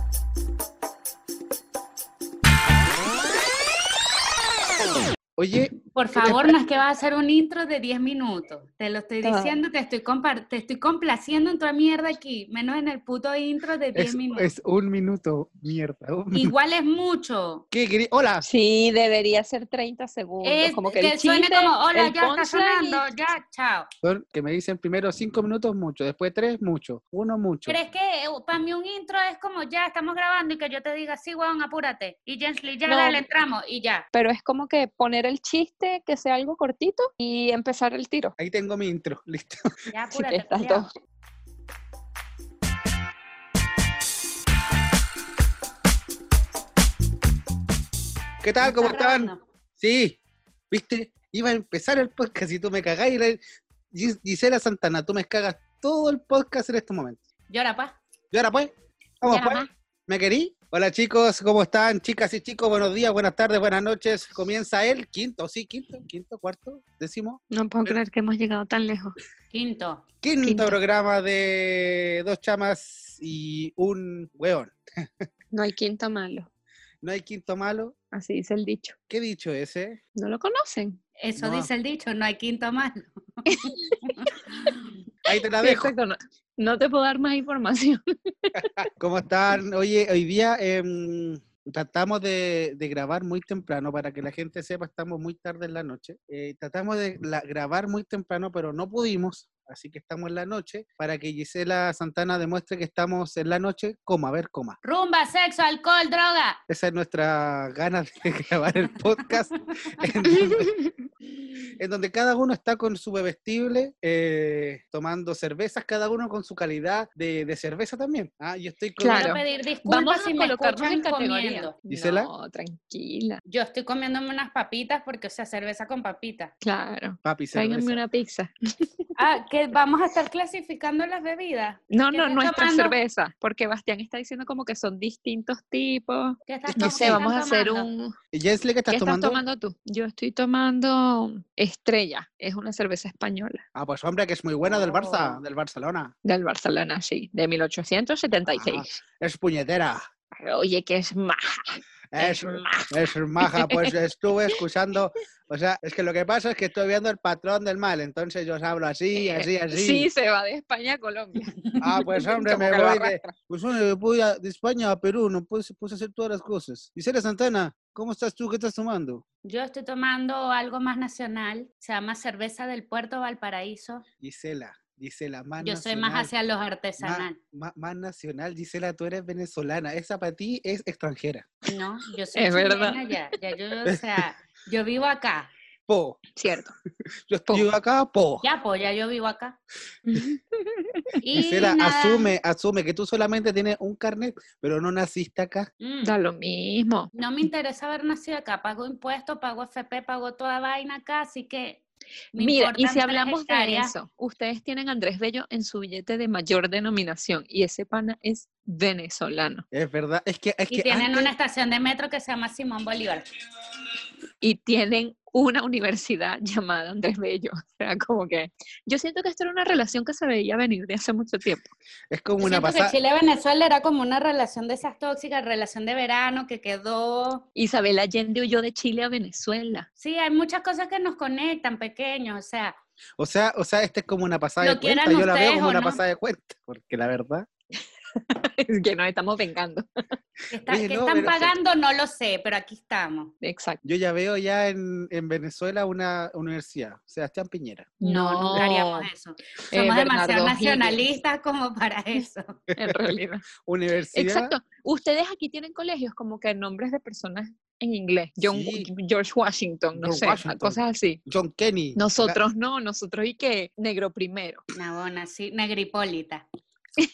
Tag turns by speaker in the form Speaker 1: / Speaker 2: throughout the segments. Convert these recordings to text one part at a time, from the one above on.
Speaker 1: Oye.
Speaker 2: Por favor, no es que va a ser un intro de 10 minutos. Te lo estoy diciendo, te estoy, compar- te estoy complaciendo en tu mierda aquí, menos en el puto intro de 10
Speaker 1: Es,
Speaker 2: minutos.
Speaker 1: es un minuto, mierda. un minuto.
Speaker 2: Igual es mucho.
Speaker 1: ¿Qué gri- Hola,
Speaker 3: Sí, debería ser 30 segundos.
Speaker 2: Es
Speaker 3: como que,
Speaker 2: que,
Speaker 3: el
Speaker 2: suene
Speaker 3: chiste,
Speaker 2: como, hola,
Speaker 3: el
Speaker 2: ya está
Speaker 3: punchline y-
Speaker 2: sonando, ya, chao.
Speaker 1: Son- que me dicen primero cinco minutos mucho, después tres mucho, uno mucho.
Speaker 2: ¿Crees que para mí un intro es como, ya, estamos grabando y que yo te diga, sí, weón, apúrate? Y Jensley, ya,
Speaker 3: No.
Speaker 2: dale, entramos, y ya.
Speaker 3: Pero es como que poner el chiste, que sea algo cortito y empezar el tiro.
Speaker 1: Ahí tengo mi intro, listo.
Speaker 2: Ya,
Speaker 3: Sí,
Speaker 2: apúrate.
Speaker 3: estás
Speaker 2: culiao.
Speaker 3: todo.
Speaker 1: ¿Qué tal? ¿Cómo
Speaker 2: Está
Speaker 1: estaban?
Speaker 2: grabando.
Speaker 1: Sí, viste, iba a empezar el podcast y tú me cagás. Y la- Gis- Gisela Santana, tú me cagas todo el podcast en estos momentos.
Speaker 2: Llora, pa.
Speaker 1: Y ahora pues, vamos
Speaker 2: Llora,
Speaker 1: pues.
Speaker 2: pa.
Speaker 1: ¿Me querí? Hola chicos, ¿cómo están? Chicas y chicos, buenos días, buenas tardes, buenas noches. Comienza el quinto, sí, quinto, quinto, cuarto, décimo,
Speaker 4: No puedo creer que hemos llegado tan lejos.
Speaker 2: Quinto.
Speaker 1: quinto,
Speaker 4: Quinto.
Speaker 1: programa de dos chamas y un weón.
Speaker 3: No hay quinto malo,
Speaker 1: No hay quinto malo.
Speaker 3: así dice el dicho.
Speaker 1: ¿Qué dicho ese?
Speaker 3: ¿No lo conocen?
Speaker 2: Eso
Speaker 1: No.
Speaker 2: dice el dicho, no hay quinto malo.
Speaker 1: Ahí te la
Speaker 3: Sí,
Speaker 1: dejo.
Speaker 3: exacto, no- No te puedo dar más información.
Speaker 1: ¿Cómo están? Oye, hoy día em, tratamos de, de grabar muy temprano para que la gente sepa, estamos muy tarde en la noche. Eh, tratamos de la- grabar muy temprano, pero no pudimos, así que estamos en la noche para que Gisela Santana demuestre que estamos en la noche, coma, a ver, coma.
Speaker 2: Rumba, sexo, alcohol, droga.
Speaker 1: Esa es nuestra gana de grabar el podcast, en, donde, en donde cada uno está con su bebestible, eh, tomando cervezas, cada uno con su calidad de, de cerveza también. Ah, yo estoy con
Speaker 2: Quiero
Speaker 3: Claro.
Speaker 2: pedir disculpas
Speaker 3: Vamos a
Speaker 2: si me
Speaker 3: colocarnos en
Speaker 2: escuchan
Speaker 3: categoría.
Speaker 2: comiendo.
Speaker 1: Gisela.
Speaker 3: No, tranquila.
Speaker 2: Yo estoy comiéndome unas papitas porque, o sea, cerveza con papitas.
Speaker 3: Claro.
Speaker 1: papi
Speaker 3: Tráiganme
Speaker 1: cerveza.
Speaker 3: una pizza.
Speaker 2: Ah, que vamos a estar clasificando las bebidas.
Speaker 3: No,
Speaker 2: ¿Qué
Speaker 3: no,
Speaker 2: estás
Speaker 3: nuestra
Speaker 2: tomando?
Speaker 3: cerveza. Porque Bastián está diciendo como que son distintos tipos.
Speaker 2: ¿Qué estás
Speaker 3: No
Speaker 2: tom-
Speaker 3: sé,
Speaker 2: qué
Speaker 3: vamos a
Speaker 2: están
Speaker 3: hacer
Speaker 2: tomando?
Speaker 3: un,
Speaker 1: Jensle, ¿qué estás
Speaker 3: ¿Qué estás
Speaker 1: tomando?
Speaker 3: tomando tú? Yo estoy tomando Estrella, es una cerveza española
Speaker 1: Ah, pues hombre, que es muy buena del Barça,
Speaker 2: Oh.
Speaker 1: del Barcelona.
Speaker 3: del Barcelona, sí, de 1876.
Speaker 1: Es puñetera.
Speaker 3: Oye, que es maja.
Speaker 1: Es,
Speaker 3: Es maja.
Speaker 1: es maja. Pues estuve escuchando. O sea, es que lo que pasa es que estoy viendo el patrón del mal. Entonces yo os hablo así, así, así.
Speaker 3: Eh, Sí, se va de España a Colombia.
Speaker 1: Ah, pues hombre,
Speaker 3: Como
Speaker 1: me
Speaker 3: que lo
Speaker 1: voy de,
Speaker 3: arrastra.
Speaker 1: pues, hombre, me voy a- de España a Perú. No puse, puse a hacer todas las cosas. Gisela Santana, ¿cómo estás tú? ¿Qué estás tomando?
Speaker 2: Yo estoy tomando algo más nacional, se llama cerveza del Puerto Valparaíso.
Speaker 1: Gisela, Gisela, más
Speaker 2: Yo soy más
Speaker 1: nacional,
Speaker 2: hacia los
Speaker 1: más-
Speaker 2: artesanal,
Speaker 1: más- más nacional. Gisela, tú eres venezolana. Esa para ti es extranjera.
Speaker 2: ¿no? Yo soy
Speaker 3: Es verdad.
Speaker 2: chilena ya, ya yo, o sea, yo vivo acá,
Speaker 1: Po.
Speaker 3: Cierto.
Speaker 1: Yo
Speaker 3: Po.
Speaker 1: estoy acá, po.
Speaker 2: ya pues, ya yo vivo acá. Y
Speaker 1: Gisela,
Speaker 2: nada,
Speaker 1: asume, asume que tú solamente tienes un carnet, pero no naciste acá.
Speaker 2: mm,
Speaker 3: Da lo mismo.
Speaker 2: No me interesa haber nacido acá, pago impuestos, pago FP, pago toda vaina acá, así que me
Speaker 3: Mira, y
Speaker 2: importan
Speaker 3: si
Speaker 2: tres
Speaker 3: hablamos de
Speaker 2: hectáreas.
Speaker 3: eso, ustedes tienen a Andrés Bello en su billete de mayor denominación y ese pana es venezolano
Speaker 1: Es verdad, es que, es
Speaker 2: Y
Speaker 1: que ah,
Speaker 2: tienen
Speaker 1: antes-
Speaker 2: una estación de metro que se llama Simón Bolívar.
Speaker 3: y tienen una universidad llamada Andrés Bello. O sea, como que yo siento que esto era una relación que se veía venir de hace mucho tiempo.
Speaker 1: es como
Speaker 2: Yo
Speaker 1: una
Speaker 2: siento que
Speaker 1: pasada.
Speaker 2: Chile-Venezuela era como una relación de esas tóxicas, relación de verano que quedó.
Speaker 3: Isabel Allende huyó de Chile a Venezuela.
Speaker 2: Sí, hay muchas cosas que nos conectan, pequeños, o sea,
Speaker 1: O sea, o sea, esta es como una pasada
Speaker 2: Lo
Speaker 1: de cuenta.
Speaker 2: quieran
Speaker 1: Yo la veo
Speaker 2: ustedes
Speaker 1: como
Speaker 2: o
Speaker 1: una
Speaker 2: no.
Speaker 1: pasada de cuenta, porque la verdad.
Speaker 3: Es que nos estamos vengando.
Speaker 2: que, está-
Speaker 1: Oye,
Speaker 2: que
Speaker 1: no,
Speaker 2: están
Speaker 1: pero-
Speaker 2: pagando no lo sé, pero aquí estamos.
Speaker 3: Exacto.
Speaker 1: Yo ya veo ya en, en Venezuela una universidad, Sebastián Piñera.
Speaker 2: No, nunca haríamos eso.
Speaker 3: eh,
Speaker 2: Somos demasiado
Speaker 3: Bernardo
Speaker 2: nacionalistas como para eso.
Speaker 3: Higgins, En realidad.
Speaker 1: Universidad.
Speaker 3: Exacto. Ustedes aquí tienen colegios como que nombres de personas en inglés. John,
Speaker 1: Sí.
Speaker 3: George Washington, no
Speaker 1: George
Speaker 3: sé,
Speaker 1: Washington.
Speaker 3: cosas así.
Speaker 1: John Kenny.
Speaker 3: Nosotros no, nosotros y que negro primero,
Speaker 2: Nabona, sí, negripólita.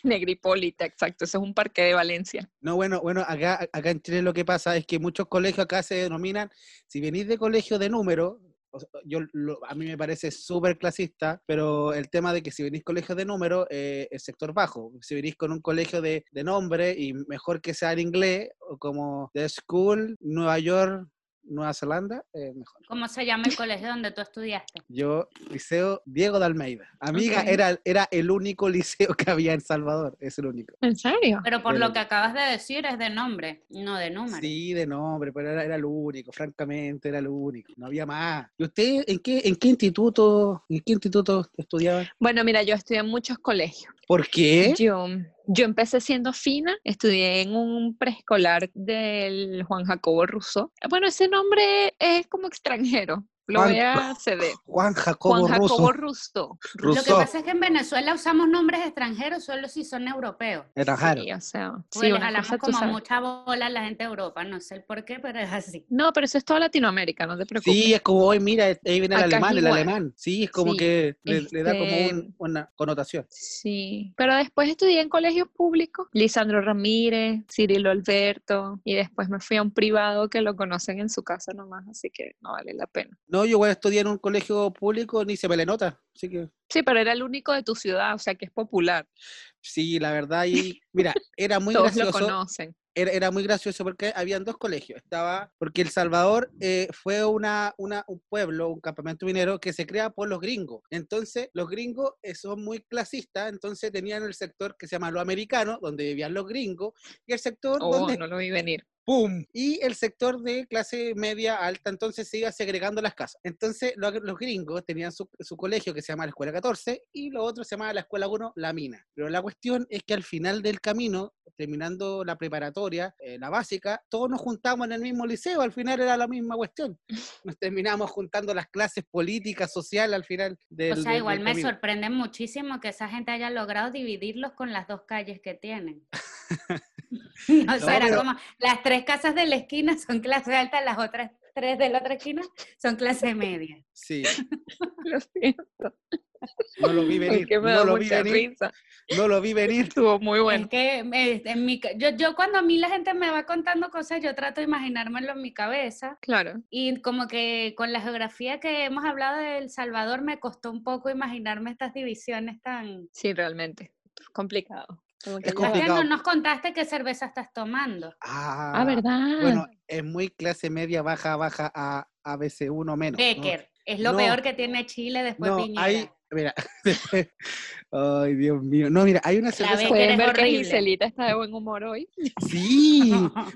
Speaker 3: negripólita, exacto, eso es un parque de Valencia.
Speaker 1: No, bueno, bueno, acá, acá en Chile lo que pasa es que muchos colegios acá se denominan, si venís de colegio de número, o sea, yo, lo- a mí me parece súper clasista, pero el tema de que si venís colegio de número, eh, el sector bajo, si venís con un colegio de, de nombre y mejor que sea en inglés, o como The School, Nueva York, Nueva Zelanda, eh, mejor.
Speaker 2: ¿Cómo se llama el colegio donde tú estudiaste?
Speaker 1: Yo, Liceo Diego de Almeida. Amiga,
Speaker 3: Ok.
Speaker 1: era, era el único liceo que había en Salvador, es el único.
Speaker 3: ¿En serio?
Speaker 2: Pero por
Speaker 1: Bueno.
Speaker 2: lo que acabas de decir es de nombre, no de número.
Speaker 1: Sí, de nombre, pero era, era el único, francamente, era el único, no había más. ¿Y usted en qué, en qué instituto, en qué instituto estudiaba?
Speaker 3: Bueno, mira, yo estudié en muchos colegios.
Speaker 1: ¿Por qué?
Speaker 3: Yo, yo empecé siendo fina, estudié en un preescolar del Juan Jacobo Rousseau. Bueno, ese nombre es como extranjero, lo voy
Speaker 1: Juan-
Speaker 3: a ceder.
Speaker 1: Juan Jacobo
Speaker 3: Juan
Speaker 1: Russo.
Speaker 3: Jacobo Rousseau.
Speaker 2: Lo que
Speaker 1: Rousseau.
Speaker 2: pasa es que en Venezuela usamos nombres extranjeros solo si son europeos.
Speaker 1: Era raro.
Speaker 3: Sí, o sea,
Speaker 2: Porque
Speaker 3: sí,
Speaker 2: le
Speaker 3: una
Speaker 2: jalamos
Speaker 3: cosa tú
Speaker 2: como
Speaker 3: sabes.
Speaker 2: mucha bola a la gente de Europa, no sé el por qué, pero es así.
Speaker 3: No, pero eso es toda Latinoamérica, no te preocupes.
Speaker 1: Sí, es como hoy, mira, ahí viene el
Speaker 3: Acá es
Speaker 1: alemán, el
Speaker 3: igual.
Speaker 1: alemán. Sí, es como
Speaker 3: Sí,
Speaker 1: que le, le da como
Speaker 3: este-
Speaker 1: un- una connotación.
Speaker 3: Sí, pero después estudié en colegios públicos, Lisandro Ramírez, Cirilo Alberto, y después me fui a un privado que lo conocen en su casa nomás, así que no vale la pena.
Speaker 1: No, yo igual estudié en un colegio público, ni se me le nota. Así que,
Speaker 3: Sí, pero era el único de tu ciudad, o sea que es popular,
Speaker 1: sí, la verdad, y mira, era muy
Speaker 3: todos lo
Speaker 1: gracioso.
Speaker 3: conocen.
Speaker 1: era, era muy gracioso porque habían dos colegios. Estaba, porque El Salvador eh, fue una, una, un pueblo, un campamento minero que se crea por los gringos. Entonces, los gringos eh, son muy clasistas, entonces tenían el sector que se llama lo americano, donde vivían los gringos, y el sector
Speaker 3: Oh,
Speaker 1: donde
Speaker 3: no lo vi venir.
Speaker 1: ¡pum! Y el sector de clase media alta, entonces se iba segregando las casas. Entonces lo- los gringos tenían su, su colegio que se llama la Escuela 14 y lo otro se llamaba la Escuela 1, La Mina. Pero la cuestión es que al final del camino, terminando la preparatoria, eh, la básica, todos nos juntamos en el mismo liceo, al final era la misma cuestión. Nos terminamos juntando las clases políticas, social al final del
Speaker 2: O
Speaker 1: del-
Speaker 2: sea,
Speaker 1: del
Speaker 2: igual me
Speaker 1: camino.
Speaker 2: sorprende muchísimo que esa gente haya logrado dividirlos con las dos calles que tienen. o
Speaker 1: No,
Speaker 2: sea, era
Speaker 1: pero-
Speaker 2: como las tres casas de la esquina son clase alta, las otras tres de la otra esquina son clase media.
Speaker 1: Sí,
Speaker 3: Lo siento,
Speaker 1: no lo vi venir.
Speaker 3: porque me
Speaker 1: no
Speaker 3: da
Speaker 1: lo vi
Speaker 3: mucha
Speaker 1: venir.
Speaker 3: risa.
Speaker 1: No lo vi venir.
Speaker 3: Estuvo muy
Speaker 2: Es
Speaker 3: bueno.
Speaker 2: que eh, en mi ca- yo, yo cuando a mí la gente me va contando cosas, yo trato de imaginármelo en mi cabeza.
Speaker 3: Claro,
Speaker 2: Y como que con la geografía que hemos hablado de El Salvador, me costó un poco imaginarme estas divisiones tan...
Speaker 3: sí, realmente. Complicado. Como que
Speaker 1: Es
Speaker 3: ya-
Speaker 2: Más que
Speaker 1: complicado.
Speaker 2: no nos contaste qué cerveza estás tomando.
Speaker 1: Ah,
Speaker 3: Ah, ¿verdad?
Speaker 1: Bueno, es muy clase media, baja, baja a ABC1 menos. ¿no?
Speaker 2: Becker. Es lo
Speaker 1: No.
Speaker 2: peor que tiene Chile después
Speaker 1: No,
Speaker 2: Piñera.
Speaker 1: hay, mira, después- ay Dios mío, no, mira, hay una cerveza,
Speaker 2: Becker
Speaker 3: Pueden
Speaker 2: es
Speaker 3: ver que
Speaker 2: horrible.
Speaker 3: Giselita está de buen humor hoy.
Speaker 1: sí,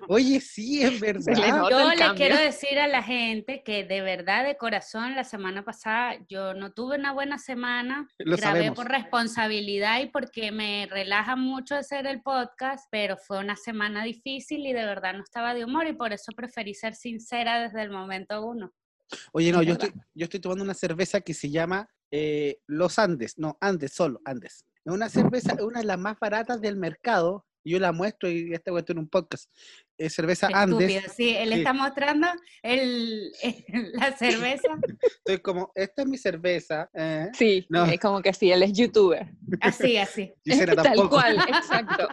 Speaker 1: oye, sí, es
Speaker 3: Se le
Speaker 1: verdad,
Speaker 3: nota
Speaker 2: Yo
Speaker 3: el
Speaker 2: le
Speaker 3: cambio.
Speaker 2: quiero decir a la gente que de verdad, de corazón, la semana pasada yo no tuve una buena semana.
Speaker 1: lo
Speaker 2: grabé
Speaker 1: sabemos,
Speaker 2: por responsabilidad y porque me relaja mucho hacer el podcast, pero fue una semana difícil y de verdad no estaba de humor y por eso preferí ser sincera desde el momento uno.
Speaker 1: oye, no,
Speaker 3: Es
Speaker 1: yo
Speaker 3: verdad.
Speaker 1: estoy, yo estoy tomando una cerveza que se llama eh, Los Andes, no, Andes, solo, Andes, es una cerveza, es una de las más baratas del mercado, y yo la muestro y esta cuestión en un podcast, es cerveza Andes,
Speaker 2: Estúpido, sí, él
Speaker 1: Ah, sí.
Speaker 2: está mostrando el, la cerveza
Speaker 1: estoy como, esta es mi cerveza, eh,
Speaker 3: Sí,
Speaker 1: No.
Speaker 3: es como que sí, él es youtuber.
Speaker 2: así, así.
Speaker 1: Gisela
Speaker 3: Tal
Speaker 1: tampoco,
Speaker 3: cual, exacto.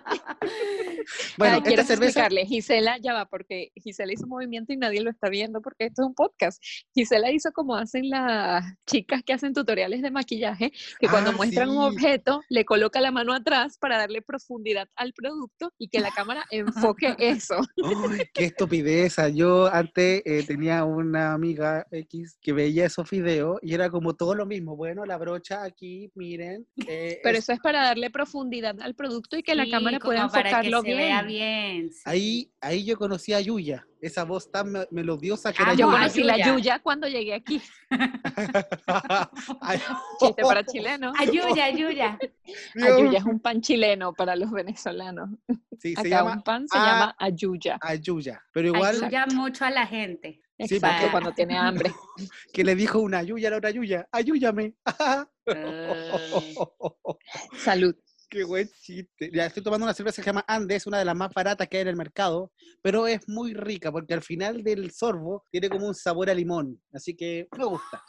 Speaker 1: bueno,
Speaker 3: Ah, quiero
Speaker 1: esta cerveza,
Speaker 3: explicarle, Gisela ya va, porque Gisela hizo un movimiento y nadie lo está viendo porque esto es un podcast. Gisela hizo como hacen las chicas que hacen tutoriales de maquillaje, que cuando
Speaker 1: Ah,
Speaker 3: muestran un
Speaker 1: sí.
Speaker 3: objeto, le coloca la mano atrás para darle profundidad al producto y que la cámara enfoque eso.
Speaker 1: ¡Ay, qué estupideza! Yo antes eh, tenía una amiga X que veía esos videos y era como todo lo mismo. Bueno, la brocha aquí, miren. eh,
Speaker 3: Pero
Speaker 1: es-
Speaker 3: eso es para darle profundidad al producto y que la
Speaker 2: Sí,
Speaker 3: cámara pueda
Speaker 2: como para que
Speaker 3: enfocarlo
Speaker 2: se vea
Speaker 3: bien.
Speaker 2: bien. sí.
Speaker 1: ahí, ahí yo conocí a Yuya, esa voz tan me- melodiosa que
Speaker 2: Ah,
Speaker 1: era
Speaker 2: Ayuya.
Speaker 3: Yo
Speaker 1: Yuya.
Speaker 3: conocí la
Speaker 2: Ayuya.
Speaker 3: Yuya cuando llegué aquí.
Speaker 1: Ay,
Speaker 3: Chiste para chilenos.
Speaker 2: Ayuya, ayuya.
Speaker 1: Dios
Speaker 3: Ayuya es un pan chileno para los venezolanos.
Speaker 1: Sí, se
Speaker 3: Acá un
Speaker 1: llama Ah.
Speaker 3: pan se
Speaker 1: a-
Speaker 3: llama ayuya.
Speaker 1: Ayuya. Pero igual
Speaker 2: Ayuya mucho a la gente.
Speaker 1: Sí, porque-
Speaker 3: Exacto, cuando tiene hambre.
Speaker 1: que le dijo una Yuya a la otra Yuya, ayúyame.
Speaker 2: Ay.
Speaker 3: Salud.
Speaker 1: Qué buen chiste. Ya estoy tomando una cerveza que se llama Andes, una de las más baratas que hay en el mercado, pero es muy rica porque al final del sorbo tiene como un sabor a limón, así que me gusta.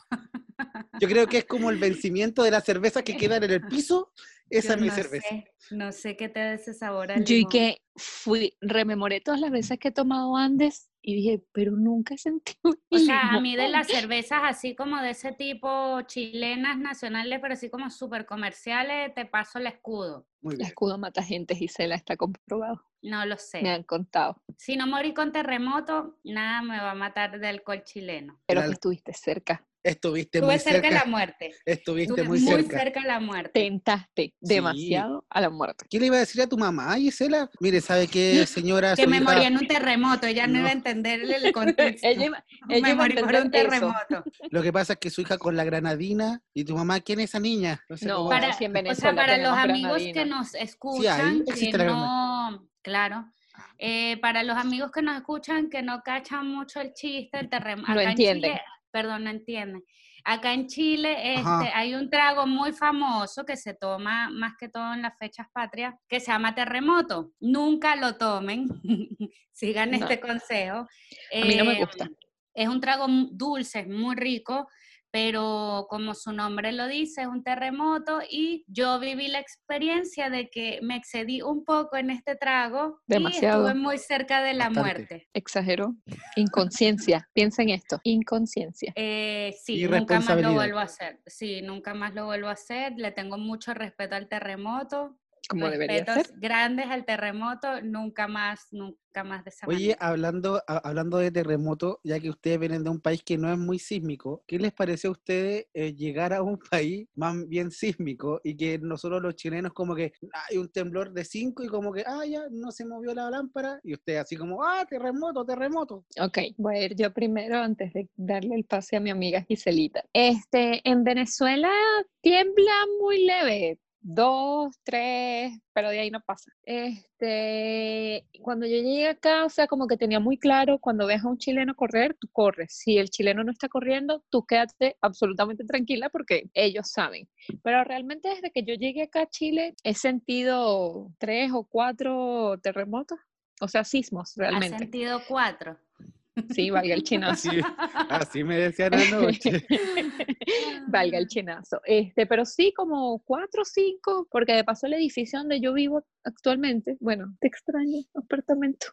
Speaker 1: Yo creo que es como el vencimiento de las cervezas que quedan en el piso. Esa
Speaker 2: Yo
Speaker 1: es mi
Speaker 2: no
Speaker 1: cerveza.
Speaker 2: sé, no sé qué te da ese sabor al
Speaker 3: Yo y
Speaker 2: limón.
Speaker 3: que fui, rememoré todas las veces que he tomado antes y dije, pero nunca he sentido
Speaker 2: O sea, a mí de las cervezas así como de ese tipo, chilenas, nacionales, pero así como súper comerciales, te paso el escudo.
Speaker 1: Muy
Speaker 3: La
Speaker 1: bien.
Speaker 3: escudo mata gente, Gisela, está comprobado.
Speaker 2: No lo
Speaker 3: Me
Speaker 2: sé.
Speaker 3: han contado.
Speaker 2: Si no morí con terremoto, nada me va a matar de alcohol chileno.
Speaker 3: Pero
Speaker 1: Claro.
Speaker 3: que estuviste cerca.
Speaker 1: Estuviste
Speaker 2: Estuve
Speaker 1: muy
Speaker 2: cerca
Speaker 1: cerca.
Speaker 2: de la muerte.
Speaker 1: Estuviste
Speaker 2: Estuve
Speaker 1: muy, cerca.
Speaker 2: de la muerte.
Speaker 3: Tentaste demasiado a la muerte.
Speaker 1: ¿Qué le iba a decir a tu mamá, Gisela? Mire, ¿sabe qué, señora?
Speaker 2: Que
Speaker 1: Su
Speaker 2: me
Speaker 1: hija-
Speaker 2: morí en un terremoto, ella no,
Speaker 1: No.
Speaker 2: iba a entender el contexto.
Speaker 3: Ella iba- ella iba
Speaker 2: me
Speaker 3: a
Speaker 2: morí por
Speaker 3: entender
Speaker 2: un
Speaker 3: eso.
Speaker 2: terremoto.
Speaker 1: Lo que pasa es que su hija con la granadina y tu mamá, ¿quién es esa niña? No sé
Speaker 3: No,
Speaker 1: cómo-
Speaker 2: Para-
Speaker 3: si en
Speaker 2: O sea,
Speaker 3: Venezuela
Speaker 2: para los
Speaker 3: tenemos
Speaker 2: amigos que
Speaker 3: granadina.
Speaker 2: nos escuchan, que
Speaker 1: existe la
Speaker 2: no, claro,
Speaker 3: Ah.
Speaker 2: Eh, para los amigos que nos escuchan, que no cachan mucho el chiste, el terremoto,
Speaker 3: No entienden.
Speaker 2: perdón, no entienden. Acá en Chile
Speaker 1: Ajá.
Speaker 2: este, hay un trago muy famoso que se toma más que todo en las fechas patrias, que se llama terremoto. Nunca lo tomen, sigan
Speaker 3: No.
Speaker 2: este consejo.
Speaker 3: A mí no me
Speaker 2: Eh,
Speaker 3: gusta.
Speaker 2: es un trago mu- dulce, es muy rico, pero como su nombre lo dice, es un terremoto y yo viví la experiencia de que me excedí un poco en este trago
Speaker 3: Demasiado.
Speaker 2: y estuve muy cerca de la
Speaker 1: Bastante.
Speaker 2: muerte.
Speaker 3: Exageró. Inconsciencia. Piensa en esto. Inconsciencia.
Speaker 2: Eh, sí, nunca más lo
Speaker 1: Irresponsabilidad.
Speaker 2: vuelvo a hacer. Sí, nunca más lo vuelvo a hacer. Le tengo mucho respeto al terremoto.
Speaker 3: Como debería
Speaker 2: respetos
Speaker 3: ser.
Speaker 2: grandes al terremoto, nunca más, nunca más de esa
Speaker 1: Oye,
Speaker 2: manera.
Speaker 1: hablando, a- hablando de terremoto, ya que ustedes vienen de un país que no es muy sísmico, ¿qué les parece a ustedes eh, llegar a un país más bien sísmico y que nosotros los chilenos como que hay un temblor de 5 y como que, ah, ya, no se movió la lámpara y ustedes así como, ah, terremoto, terremoto.
Speaker 3: Ok, voy a ir yo primero antes de darle el pase a mi amiga Giselita. Este, en Venezuela tiembla muy leve, dos, tres, pero de ahí no pasa. Este, cuando yo llegué acá, o sea, como que tenía muy claro, cuando ves a un chileno correr, tú corres. Si el chileno no está corriendo, tú quédate absolutamente tranquila porque ellos saben. Pero realmente desde que yo llegué acá a Chile, he sentido tres o cuatro terremotos, o sea, sismos
Speaker 2: ¿Has
Speaker 3: realmente.
Speaker 2: sentido cuatro?
Speaker 3: Sí, valga el chinazo.
Speaker 1: Así, así me decían anoche.
Speaker 3: valga el chinazo. Este, pero sí, como cuatro o cinco, porque de paso el edificio donde yo vivo actualmente, bueno, te extraño, apartamento.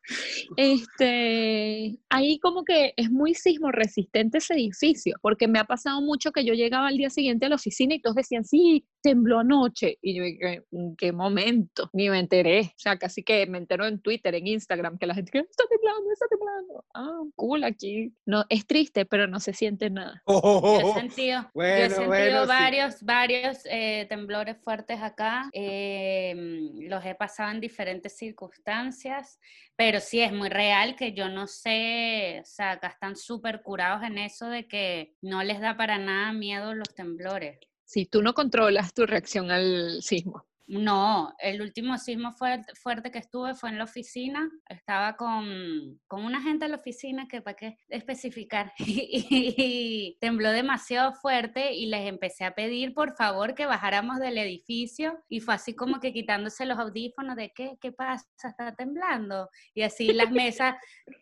Speaker 3: Este, ahí como que es muy sismo resistente ese edificio, porque me ha pasado mucho que yo llegaba al día siguiente a la oficina y todos decían, sí, tembló anoche. Y yo, dije, ¿en qué momento? Ni me enteré. O sea, casi que me entero en Twitter, en Instagram, que la gente, está temblando, está temblando. Ah, cool, aquí. No, es triste, pero no se siente nada.
Speaker 1: Oh, oh,
Speaker 2: Yo
Speaker 1: oh,
Speaker 2: he
Speaker 1: oh.
Speaker 2: sentido, yo he
Speaker 1: Bueno,
Speaker 2: sentido
Speaker 1: bueno, sí.
Speaker 2: varios, varios eh, temblores fuertes acá. eh, mm, los he pasado en diferentes circunstancias, pero sí es muy real que yo no sé, o sea, acá están súper curados en eso de que no les da para nada miedo los temblores.
Speaker 3: Si tú no controlas tu reacción al sismo.
Speaker 2: No, el último sismo fuerte, fuerte que estuve fue en la oficina. Estaba con, con una gente en la oficina que para qué especificar. Y, tembló demasiado fuerte y les empecé a pedir por favor que bajáramos del edificio. Y fue así como que quitándose los audífonos de qué, qué pasa, está temblando. Y así las mesas.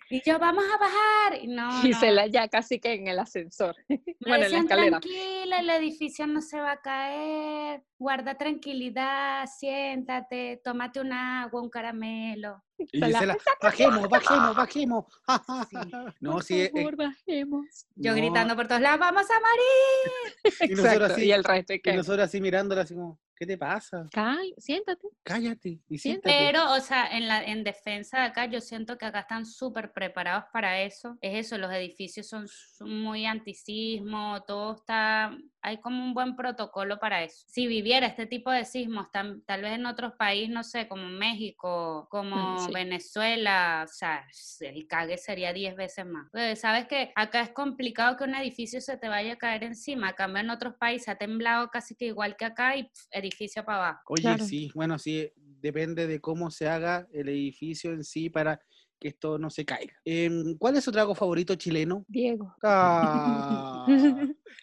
Speaker 2: Y yo, vamos a bajar. Y
Speaker 3: Ah,
Speaker 2: no, no,
Speaker 3: Gisela ya casi que en el ascensor.
Speaker 2: me
Speaker 3: bueno, en la
Speaker 2: decían,
Speaker 3: escalera.
Speaker 2: tranquila, el edificio no se va a caer, guarda tranquilidad, siéntate, tómate un agua, un caramelo.
Speaker 1: Y Gisela, bajemos, bajemos, bajemos. Ja, ja, ja,
Speaker 2: Sí.
Speaker 1: ja. No,
Speaker 3: "Ah". Por
Speaker 1: sí, eh,
Speaker 3: favor, bajemos.
Speaker 2: Yo
Speaker 1: no,
Speaker 2: gritando por todos lados, ¡vamos a morir!
Speaker 1: Y nosotros
Speaker 3: Exacto,
Speaker 1: así,
Speaker 3: y el resto es
Speaker 1: Y
Speaker 3: que...
Speaker 1: nosotros así mirándola así como, ¿qué te pasa?
Speaker 3: "Cal- siéntate.
Speaker 1: Cállate y siéntate.
Speaker 2: Pero, o sea, en, la, en defensa de acá, yo siento que acá están súper preparados para eso. Es eso, los edificios son s- muy antisismo, todo está... Hay como un buen protocolo para eso. Si viviera este tipo de sismos, tam- tal vez en otros países, no sé, como México, como
Speaker 3: sí.
Speaker 2: Venezuela, o sea, s- el cague sería 10 veces más. Pues, Sabes que acá es complicado que un edificio se te vaya a caer encima. A cambio, en otros países ha temblado casi que igual que acá y pf, edificio para abajo.
Speaker 1: Oye,
Speaker 3: Claro.
Speaker 1: sí, bueno, sí, depende de cómo se haga el edificio en sí para que esto no se caiga. Em, ¿Cuál es su trago favorito chileno?
Speaker 3: Diego.
Speaker 1: Ah,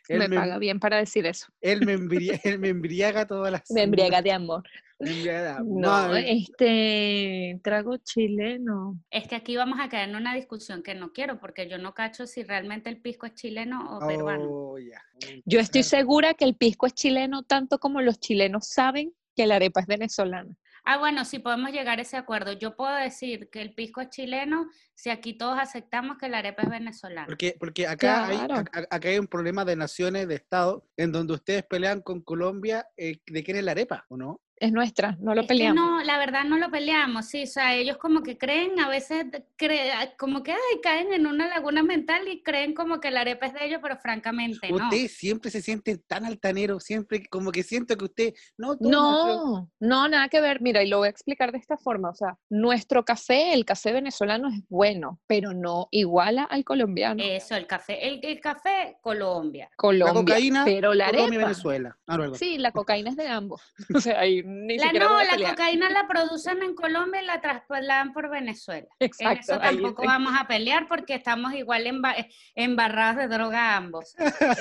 Speaker 1: él,
Speaker 3: me,
Speaker 1: me,
Speaker 3: paga bien para decir eso.
Speaker 1: él me embri- él me embriaga todas las...
Speaker 3: de amor.
Speaker 1: me embriaga.
Speaker 3: No,
Speaker 1: No,
Speaker 3: este trago chileno.
Speaker 2: Es que aquí vamos a caer en una discusión que no quiero, porque yo no cacho si realmente el pisco es chileno o peruano.
Speaker 1: oh, ya.
Speaker 3: Yo estoy
Speaker 1: Claro.
Speaker 3: segura que el pisco es chileno tanto como los chilenos saben que la arepa es venezolana.
Speaker 2: Ah, bueno, si podemos llegar a ese acuerdo. Yo puedo decir que el pisco es chileno si aquí todos aceptamos que la arepa es venezolana.
Speaker 1: Porque, porque acá, hay,
Speaker 3: Claro.
Speaker 1: a- a- acá hay un problema de naciones, de Estado, en donde ustedes pelean con Colombia eh, de quién es la arepa, ¿o no?
Speaker 3: Es nuestra, no lo
Speaker 2: Es que
Speaker 3: peleamos.
Speaker 2: no, la verdad no lo peleamos, sí, o sea, ellos como que creen, a veces de- cre- ah, como que ay, caen en una laguna mental y creen como que la arepa es de ellos, pero francamente no.
Speaker 1: Ustedes siempre se sienten tan altaneros, siempre como que siento que usted... No, toma, pero-
Speaker 3: No, no, nada que ver. Mira, y lo voy a explicar de esta forma. O sea, nuestro café, el café venezolano es bueno, pero no iguala al colombiano.
Speaker 2: Eso, el café, el, el café Colombia.
Speaker 3: Colombia,
Speaker 1: cocaína,
Speaker 3: pero la
Speaker 1: Colombia y
Speaker 3: arepa.
Speaker 1: Venezuela. Ah, no, perdón.
Speaker 3: Sí, la cocaína es de ambos. O sea, ahí ni
Speaker 2: La,
Speaker 3: siquiera
Speaker 2: no,
Speaker 3: voy a
Speaker 2: la
Speaker 3: pelear.
Speaker 2: cocaína la producen en Colombia y la trasladan por Venezuela. En
Speaker 3: Exacto.
Speaker 2: eso
Speaker 3: ahí-
Speaker 2: tampoco vamos a pelear porque estamos igual emba- embarrados de droga ambos. Eh,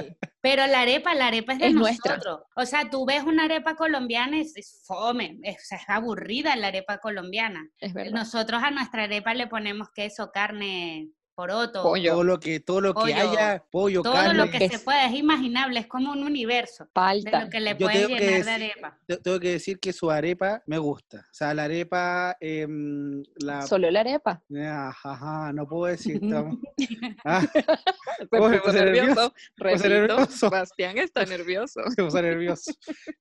Speaker 3: Sí.
Speaker 2: Pero la arepa, la arepa es de
Speaker 3: Es nuestra.
Speaker 2: nosotros. O sea, tú ves una arepa colombiana y es fome, es, o sea, es aburrida la arepa colombiana.
Speaker 3: Es verdad.
Speaker 2: Nosotros a nuestra arepa le ponemos queso, carne, poroto,
Speaker 3: Pollo.
Speaker 1: Todo lo que, todo lo que
Speaker 2: Pollo.
Speaker 1: haya, pollo,
Speaker 2: todo
Speaker 1: carne.
Speaker 2: lo que se
Speaker 3: Queso.
Speaker 2: pueda, es imaginable, es como un universo de
Speaker 3: Falta.
Speaker 2: lo que le
Speaker 1: Yo
Speaker 2: puedes
Speaker 1: tengo que
Speaker 2: llenar de
Speaker 1: decir-
Speaker 2: arepa.
Speaker 1: Te- Tengo que decir que su arepa me gusta. O sea, la arepa, em, la...
Speaker 3: Solo la arepa.
Speaker 1: Ajá, ajá, no puedo decir. estamos- Ah,
Speaker 3: Se
Speaker 1: ¿Cómo se puso nervioso?
Speaker 3: Repito,
Speaker 1: nervioso.
Speaker 3: Sebastián está nervioso.
Speaker 1: se puso nervioso.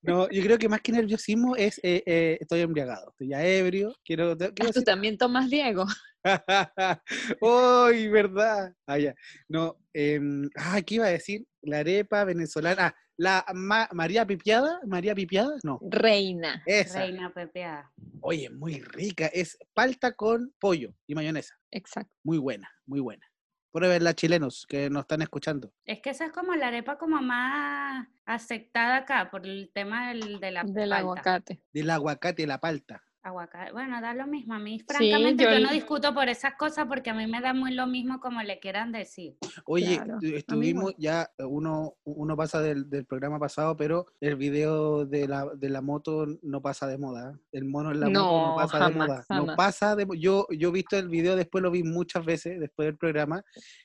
Speaker 1: No, yo creo que más que nerviosismo es eh, eh, estoy embriagado, estoy ya ebrio. Quiero, te- quiero
Speaker 3: Ah, Tú también tomas Diego.
Speaker 1: ¡Uy, verdad! Ah, ya. No, em, ah, ¿qué iba a decir? La arepa venezolana. Ah, la Ma- María Pipiada, María Pipiada, no.
Speaker 3: Reina.
Speaker 1: Esa.
Speaker 2: Reina pepeada.
Speaker 1: Oye, muy rica. Es palta con pollo y mayonesa.
Speaker 3: Exacto.
Speaker 1: Muy buena, muy buena. Pruébenla, chilenos que nos están escuchando.
Speaker 2: Es que esa es como la arepa como más aceptada acá por el tema del, de la
Speaker 3: Del
Speaker 2: palta.
Speaker 3: aguacate.
Speaker 1: Del aguacate y la palta.
Speaker 2: Aguacate. Bueno, da lo mismo. A mí, francamente,
Speaker 3: yo
Speaker 2: yo
Speaker 3: el-
Speaker 2: no discuto por esas cosas porque a mí me da muy lo mismo como le quieran decir.
Speaker 1: Oye,
Speaker 3: Claro,
Speaker 1: tu- estuvimos
Speaker 3: igual.
Speaker 1: ya, eh, uno, uno pasa del, del programa pasado, pero el video de la, de la moto no pasa de moda. ¿eh? El mono en la moto no
Speaker 3: No,
Speaker 1: pasa de
Speaker 3: jamás,
Speaker 1: moda. No
Speaker 3: jamás.
Speaker 1: pasa de mo- yo, yo he visto el video, después lo vi muchas veces, después del programa,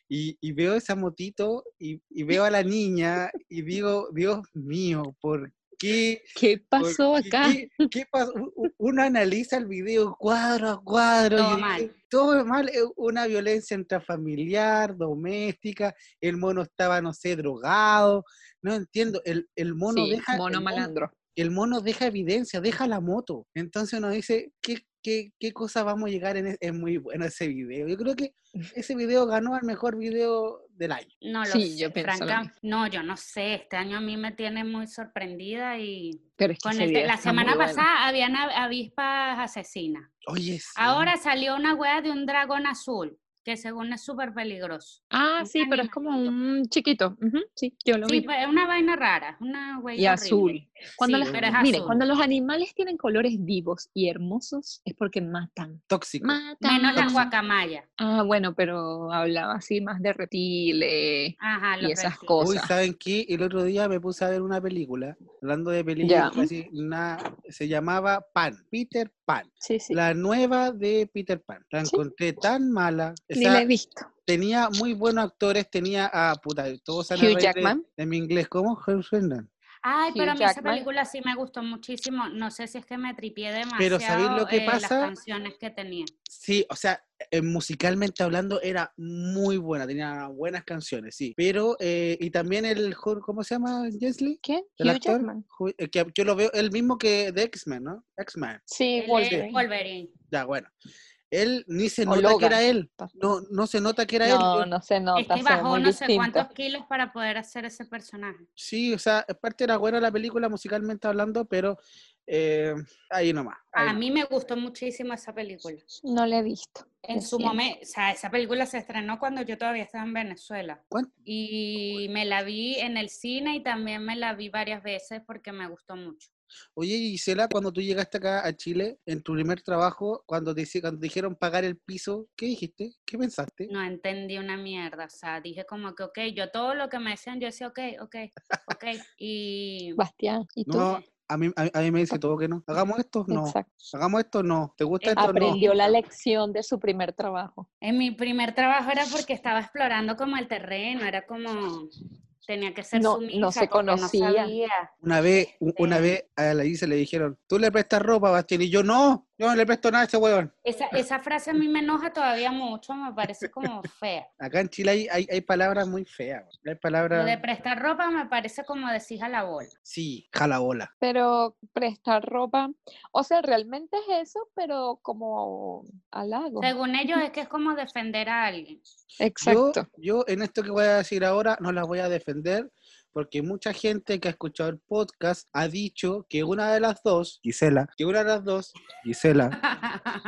Speaker 1: y, y veo esa motito y, y veo a la niña y digo, Dios mío, ¿por qué?
Speaker 3: ¿Qué pasó
Speaker 1: ¿Por
Speaker 3: acá?
Speaker 1: ¿Qué, qué pasó? U- u- Uno analiza el video cuadro a cuadro. y
Speaker 2: Todo
Speaker 1: dice,
Speaker 2: mal.
Speaker 1: Todo mal. eh, Una violencia intrafamiliar, doméstica. El mono estaba, no sé, drogado. No entiendo. El, el mono
Speaker 3: Sí,
Speaker 1: deja.
Speaker 3: mono
Speaker 1: el, mono,
Speaker 3: malandro.
Speaker 1: el mono deja evidencia, deja la moto. Entonces uno dice, ¿qué, qué, qué cosa vamos a llegar en e- Es muy bueno ese video. Yo creo que ese video ganó al mejor video del año.
Speaker 2: No lo
Speaker 3: Sí, yo
Speaker 2: sé,
Speaker 3: pienso lo
Speaker 2: franca-
Speaker 3: mismo.
Speaker 2: No, yo no sé. Este año a mí me tiene muy sorprendida y
Speaker 3: Pero es que
Speaker 2: con
Speaker 3: ese
Speaker 2: el te-
Speaker 3: video
Speaker 2: la
Speaker 3: está muy
Speaker 2: semana
Speaker 3: bueno.
Speaker 2: pasada habían a- avispas asesinas.
Speaker 1: Oye, sí.
Speaker 2: Ahora salió una hueá de un dragón azul que según es súper peligroso.
Speaker 3: Ah,
Speaker 2: un
Speaker 3: sí, pero es como un chiquito. Ujú, sí, yo lo
Speaker 2: Sí, pues,
Speaker 3: vi.
Speaker 2: pero es una vaina rara, una hueá
Speaker 3: Y azul. Cuando
Speaker 2: Sí,
Speaker 3: las-
Speaker 2: pero es
Speaker 3: Miren,
Speaker 2: azul.
Speaker 3: cuando los animales tienen colores vivos y hermosos, es porque matan.
Speaker 1: Tóxico.
Speaker 3: Matan.
Speaker 2: Menos la
Speaker 3: matan.
Speaker 2: guacamaya.
Speaker 3: Ah, bueno, pero hablaba así más de reptiles
Speaker 2: Ajá, los
Speaker 3: y esas
Speaker 2: reptiles.
Speaker 1: Uy,
Speaker 3: cosas.
Speaker 1: ¿saben qué? El otro día me puse a ver una película, hablando de películas, así, na- se llamaba Pan, Peter Pan,
Speaker 3: Sí, sí.
Speaker 1: la nueva de Peter Pan. La
Speaker 3: Sí.
Speaker 1: encontré tan mala, o
Speaker 3: Ni
Speaker 1: sea,
Speaker 3: la he visto.
Speaker 1: tenía muy buenos actores, tenía a puta, todos se van a
Speaker 3: Hugh
Speaker 1: reír de-
Speaker 3: Jackman.
Speaker 1: De, mi inglés, ¿cómo? Hugh Jackman.
Speaker 2: Ay,
Speaker 3: Hugh
Speaker 2: pero a mí esa
Speaker 3: Jackman.
Speaker 2: película sí me gustó muchísimo. No sé si es que me tripié demasiado
Speaker 1: Pero ¿sabéis lo que
Speaker 2: eh, las
Speaker 1: pasa?
Speaker 2: canciones que tenía.
Speaker 1: Sí, o sea, eh, musicalmente hablando era muy buena, tenía buenas canciones, sí. Pero, eh, y también el, Hugh- ¿cómo se llama? Jensley,
Speaker 3: ¿Quién?
Speaker 1: el
Speaker 3: Hugh
Speaker 1: actor,
Speaker 3: Jackman.
Speaker 1: Hugh- eh, que yo lo veo, el mismo que de X-Men, ¿no? X-Men.
Speaker 3: Sí,
Speaker 2: Él es
Speaker 3: Wolverine.
Speaker 2: Wolverine.
Speaker 1: Ya, bueno. Él ni se
Speaker 3: O
Speaker 1: nota que era
Speaker 3: Logan,
Speaker 1: él.
Speaker 3: pa-
Speaker 1: No, no se nota que era
Speaker 3: No,
Speaker 1: él.
Speaker 3: no se nota,
Speaker 2: Es que
Speaker 3: se ve
Speaker 2: bajó
Speaker 3: muy
Speaker 2: no sé
Speaker 3: distinto.
Speaker 2: cuántos kilos para poder hacer ese personaje.
Speaker 1: Sí, o sea, aparte era buena la película musicalmente hablando, pero eh, ahí nomás. ahí
Speaker 2: A
Speaker 1: nomás.
Speaker 2: mí me gustó muchísimo esa película.
Speaker 3: No la he visto.
Speaker 2: En
Speaker 3: lo
Speaker 2: su
Speaker 3: siento.
Speaker 2: momento, o sea, esa película se estrenó cuando yo todavía estaba en Venezuela.
Speaker 1: ¿Cuánto?
Speaker 2: Y me la vi en el cine y también me la vi varias veces porque me gustó mucho.
Speaker 1: Oye, Gisela, cuando tú llegaste acá a Chile, en tu primer trabajo, cuando te, hice- cuando te dijeron pagar el piso, ¿qué dijiste? ¿Qué pensaste?
Speaker 2: No entendí una mierda, o sea, dije como que, ok, yo todo lo que me decían, yo decía, ok, ok, ok, y...
Speaker 3: Bastián, ¿y tú?
Speaker 1: No, a mí, a, mí- a mí me dice todo que no. Hagamos esto, no.
Speaker 3: Exacto.
Speaker 1: Hagamos esto, no. ¿Te gusta esto, no?
Speaker 3: Aprendió la lección de su primer trabajo.
Speaker 2: En mi primer trabajo era porque estaba explorando como el terreno, era como tenía que ser
Speaker 3: No- no
Speaker 2: sumisa,
Speaker 3: se
Speaker 2: porque
Speaker 3: conocía.
Speaker 2: No sabía.
Speaker 1: Una vez, u- una vez a la Gise le dijeron, tú le prestas ropa, Bastián, y yo no, yo no le presto nada a ese huevón.
Speaker 2: Esa, esa frase a mí me enoja todavía mucho, me parece como fea.
Speaker 1: Acá en Chile hay, hay, hay palabras muy feas. weón. Hay
Speaker 2: Lo de
Speaker 1: palabras,
Speaker 2: prestar ropa me parece como decir a la bola.
Speaker 1: sí, jalabola.
Speaker 3: Pero prestar ropa, o sea, realmente es eso, pero como halago.
Speaker 2: Según ellos es que es como defender a alguien.
Speaker 1: Yo,
Speaker 3: Exacto.
Speaker 1: yo en esto que voy a decir ahora no las voy a defender porque mucha gente que ha escuchado el podcast ha dicho que una de las dos, Gisela, que una de las dos, Gisela,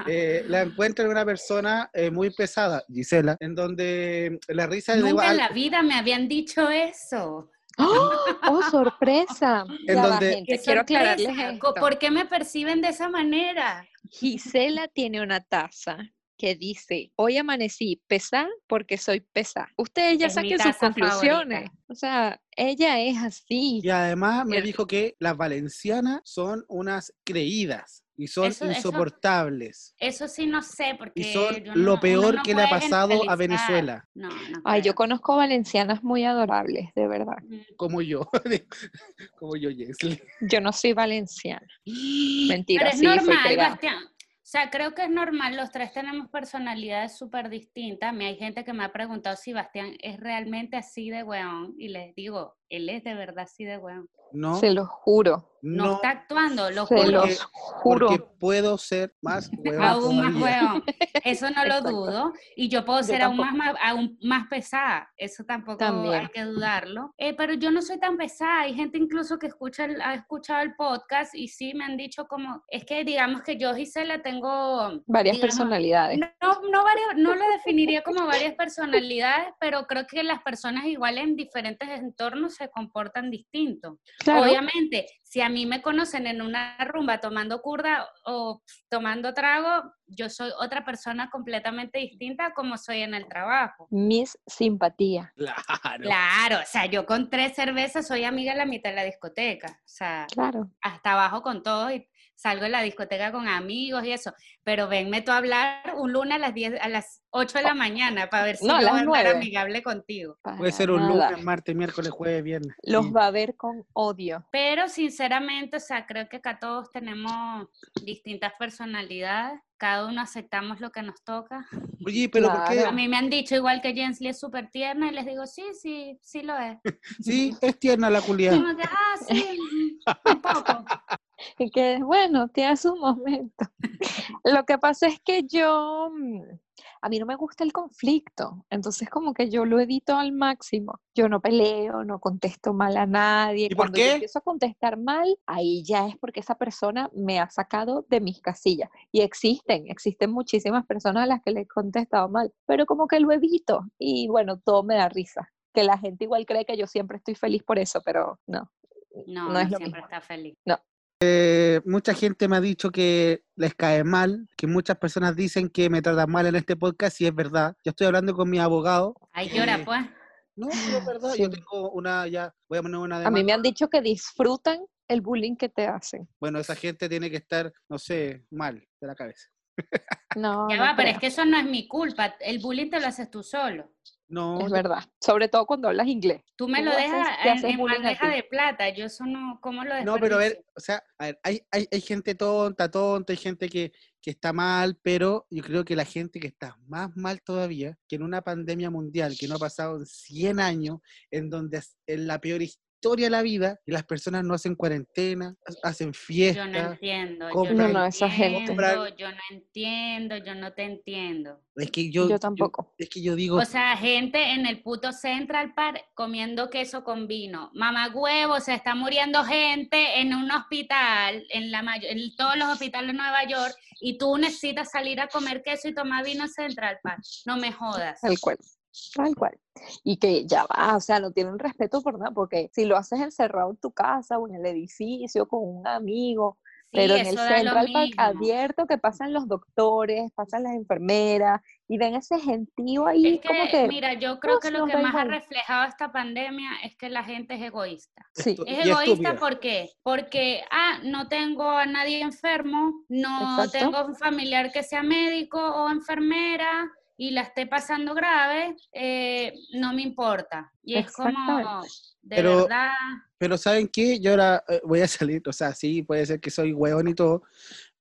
Speaker 1: eh, la encuentra en una persona eh, muy pesada, Gisela, en donde mm, la risa es de
Speaker 2: Nunca en
Speaker 1: igual,
Speaker 2: la vida me habían dicho eso.
Speaker 3: ¡Ah! ¡Oh, sorpresa!
Speaker 1: En
Speaker 3: Ya va,
Speaker 1: donde-
Speaker 3: gente,
Speaker 2: ¡Qué
Speaker 3: quiero aclararles
Speaker 2: sorpresa! Co-
Speaker 3: esto.
Speaker 2: ¿Por qué me perciben de esa manera?
Speaker 3: Gisela tiene una taza que dice, hoy amanecí pesá porque soy pesá. Ustedes ya
Speaker 2: Es mi
Speaker 3: saquen sus
Speaker 2: taza favorita.
Speaker 3: conclusiones. O sea, ella es así.
Speaker 1: Y además me
Speaker 3: Cierto.
Speaker 1: dijo que las valencianas son unas creídas y son
Speaker 2: Eso- eso-
Speaker 1: insoportables.
Speaker 2: Eso sí no sé, porque
Speaker 1: Y son
Speaker 2: yo no-
Speaker 1: lo
Speaker 2: uno
Speaker 1: peor
Speaker 2: no
Speaker 1: que le ha
Speaker 2: puede
Speaker 1: pasado a
Speaker 2: generalizar.
Speaker 1: Venezuela,
Speaker 2: No, no
Speaker 3: Ay, yo
Speaker 2: creo.
Speaker 3: conozco valencianas muy adorables, de verdad.
Speaker 2: Mm,
Speaker 1: como yo. como yo, Jessly.
Speaker 3: Yo no soy valenciana. Mentira,
Speaker 2: Pero es
Speaker 3: sí, soy
Speaker 2: normal,
Speaker 3: pegada.
Speaker 2: Bastián. O sea, creo que es normal, los tres tenemos personalidades súper distintas. A mí hay gente que me ha preguntado si Bastián es realmente así de weón y les digo, él es de verdad así de weón.
Speaker 1: No,
Speaker 3: Se los juro.
Speaker 2: No,
Speaker 1: no,
Speaker 2: está actuando, lo
Speaker 3: se
Speaker 1: porque-
Speaker 2: juro.
Speaker 3: los juro.
Speaker 1: porque puedo ser más huevón
Speaker 2: Aún más
Speaker 1: todavía.
Speaker 2: weón. Eso no lo
Speaker 3: Exacto.
Speaker 2: dudo. Y yo puedo
Speaker 3: Yo
Speaker 2: ser aún más, ma- aún más pesada. Eso tampoco
Speaker 3: También.
Speaker 2: hay que dudarlo. Eh, pero yo no soy tan pesada. Hay gente incluso que escucha el- ha escuchado el podcast y sí me han dicho como, es que digamos que yo Gisela tengo...
Speaker 3: Varias
Speaker 2: digamos,
Speaker 3: personalidades.
Speaker 2: No, no, varias- no lo definiría como varias personalidades, pero creo que las personas iguales en diferentes entornos se comportan distinto.
Speaker 3: Claro,
Speaker 2: Obviamente, si a mí me conocen en una rumba tomando curda o tomando trago, yo soy otra persona completamente distinta a como soy en el trabajo.
Speaker 3: mis simpatía.
Speaker 1: Claro.
Speaker 2: Claro, o sea, yo con tres cervezas soy amiga de la mitad de la discoteca, o sea,
Speaker 3: Claro.
Speaker 2: hasta abajo con todo y salgo de la discoteca con amigos y eso, pero venme tú a hablar un lunes a las 10, a las 8 de la mañana para ver si
Speaker 3: No, a
Speaker 2: yo
Speaker 3: las
Speaker 2: voy a andar
Speaker 3: nueve.
Speaker 2: amigable contigo.
Speaker 1: Puede
Speaker 3: para
Speaker 1: ser un
Speaker 3: nada.
Speaker 1: lunes, martes, miércoles, jueves, viernes.
Speaker 3: Los
Speaker 1: Y-
Speaker 3: va a ver con odio.
Speaker 2: Pero sinceramente, o sea, creo que acá todos tenemos distintas personalidades, cada uno aceptamos lo que nos toca.
Speaker 1: Oye, pero
Speaker 2: A
Speaker 1: ¿por
Speaker 3: Claro.
Speaker 1: qué?
Speaker 2: mí me han dicho igual que Jensly es súper tierna y les digo, sí, sí, sí lo es.
Speaker 1: Sí, es tierna la culiada.
Speaker 2: Como que, ah, sí, mm, un poco.
Speaker 3: Y que, bueno, tiene su momento. Lo que pasa es que yo, mm, a mí no me gusta el conflicto, entonces como que yo lo edito al máximo. Yo no peleo, no contesto mal a nadie.
Speaker 1: ¿Y por
Speaker 3: Cuando yo
Speaker 1: qué?
Speaker 3: empiezo a contestar mal, ahí ya es porque esa persona me ha sacado de mis casillas. Y existen, existen muchísimas personas a las que le he contestado mal, pero como que lo evito y bueno, todo me da risa. Que la gente igual cree que yo siempre estoy feliz por eso, pero no.
Speaker 2: No,
Speaker 3: No es
Speaker 2: no
Speaker 3: lo
Speaker 2: siempre
Speaker 3: mismo.
Speaker 2: está feliz.
Speaker 1: Eh, mucha gente me ha dicho que les cae mal, que muchas personas dicen que me tratan mal en este podcast y es verdad. Yo estoy hablando con mi abogado.
Speaker 2: Ay, llora,
Speaker 1: Eh,
Speaker 2: pues.
Speaker 1: No, sí, es verdad. Yo
Speaker 3: Sí.
Speaker 1: tengo una, ya, voy a poner una
Speaker 3: A mí
Speaker 1: demanda.
Speaker 3: me han dicho que disfrutan el bullying que te hacen.
Speaker 1: Bueno, esa gente tiene que estar, no sé, mal de la cabeza.
Speaker 3: No,
Speaker 2: Ya
Speaker 3: no
Speaker 2: va, pero
Speaker 3: creo.
Speaker 2: es que eso no es mi culpa. El bullying te lo haces tú solo.
Speaker 1: No,
Speaker 3: Es
Speaker 1: yo-
Speaker 3: verdad, sobre todo cuando hablas inglés.
Speaker 2: Tú me
Speaker 3: Tú
Speaker 2: lo
Speaker 3: haces-
Speaker 2: dejas
Speaker 3: te
Speaker 2: en,
Speaker 3: haces
Speaker 2: en
Speaker 3: bullying a
Speaker 2: bandeja
Speaker 3: ti.
Speaker 2: de plata. Yo eso no, ¿cómo lo
Speaker 1: no, pero a ver,
Speaker 2: desperdicio?
Speaker 1: o sea, a ver, hay, hay, hay gente tonta, tonta, hay gente que, que está mal, pero yo creo que la gente que está más mal todavía, que en una pandemia mundial que no ha pasado en 100 años, en donde es en la peor historia de la vida, y las personas no hacen cuarentena, ha- hacen
Speaker 2: Yo no
Speaker 1: fiestas.
Speaker 2: entiendo. Yo no,
Speaker 1: compran- No,
Speaker 3: no, esa gente.
Speaker 2: entiendo, yo no entiendo, yo no te entiendo.
Speaker 1: Es que yo,
Speaker 3: Yo,
Speaker 1: yo-
Speaker 3: tampoco.
Speaker 1: es que yo digo,
Speaker 2: O sea, gente en el puto Central Park comiendo queso con vino. Mamá huevo, se está muriendo gente en un hospital, en, la mayo- en todos los hospitales de Nueva York, y tú necesitas salir a comer queso y tomar vino en Central Park. No me jodas.
Speaker 3: Tal cual. Tal cual. Y que ya va, o sea, no tienen respeto por nada, porque si lo haces encerrado en tu casa o en el edificio con un amigo,
Speaker 2: Sí,
Speaker 3: pero en el
Speaker 2: eso da lo
Speaker 3: Central Park
Speaker 2: mismo.
Speaker 3: abierto que pasan los doctores, pasan las enfermeras y ven ese gentío ahí
Speaker 2: Es
Speaker 3: como
Speaker 2: que,
Speaker 3: que...
Speaker 2: mira, yo creo
Speaker 3: "Uf,
Speaker 2: que lo
Speaker 3: nos
Speaker 2: que
Speaker 3: da
Speaker 2: más ha
Speaker 3: igual".
Speaker 2: reflejado esta pandemia es que la gente es egoísta.
Speaker 3: Sí,
Speaker 1: Esto-
Speaker 2: Es
Speaker 1: y
Speaker 2: egoísta
Speaker 1: estúpida.
Speaker 2: ¿por qué? porque, ah, no tengo a nadie enfermo, no
Speaker 3: Exacto.
Speaker 2: tengo un familiar que sea médico o enfermera y la esté pasando grave, eh, no me importa. Y es como,
Speaker 3: Exactamente.
Speaker 2: de
Speaker 1: Pero-
Speaker 2: verdad,
Speaker 1: Pero ¿saben qué? Yo ahora eh, voy a salir, o sea, sí, puede ser que soy hueón y todo,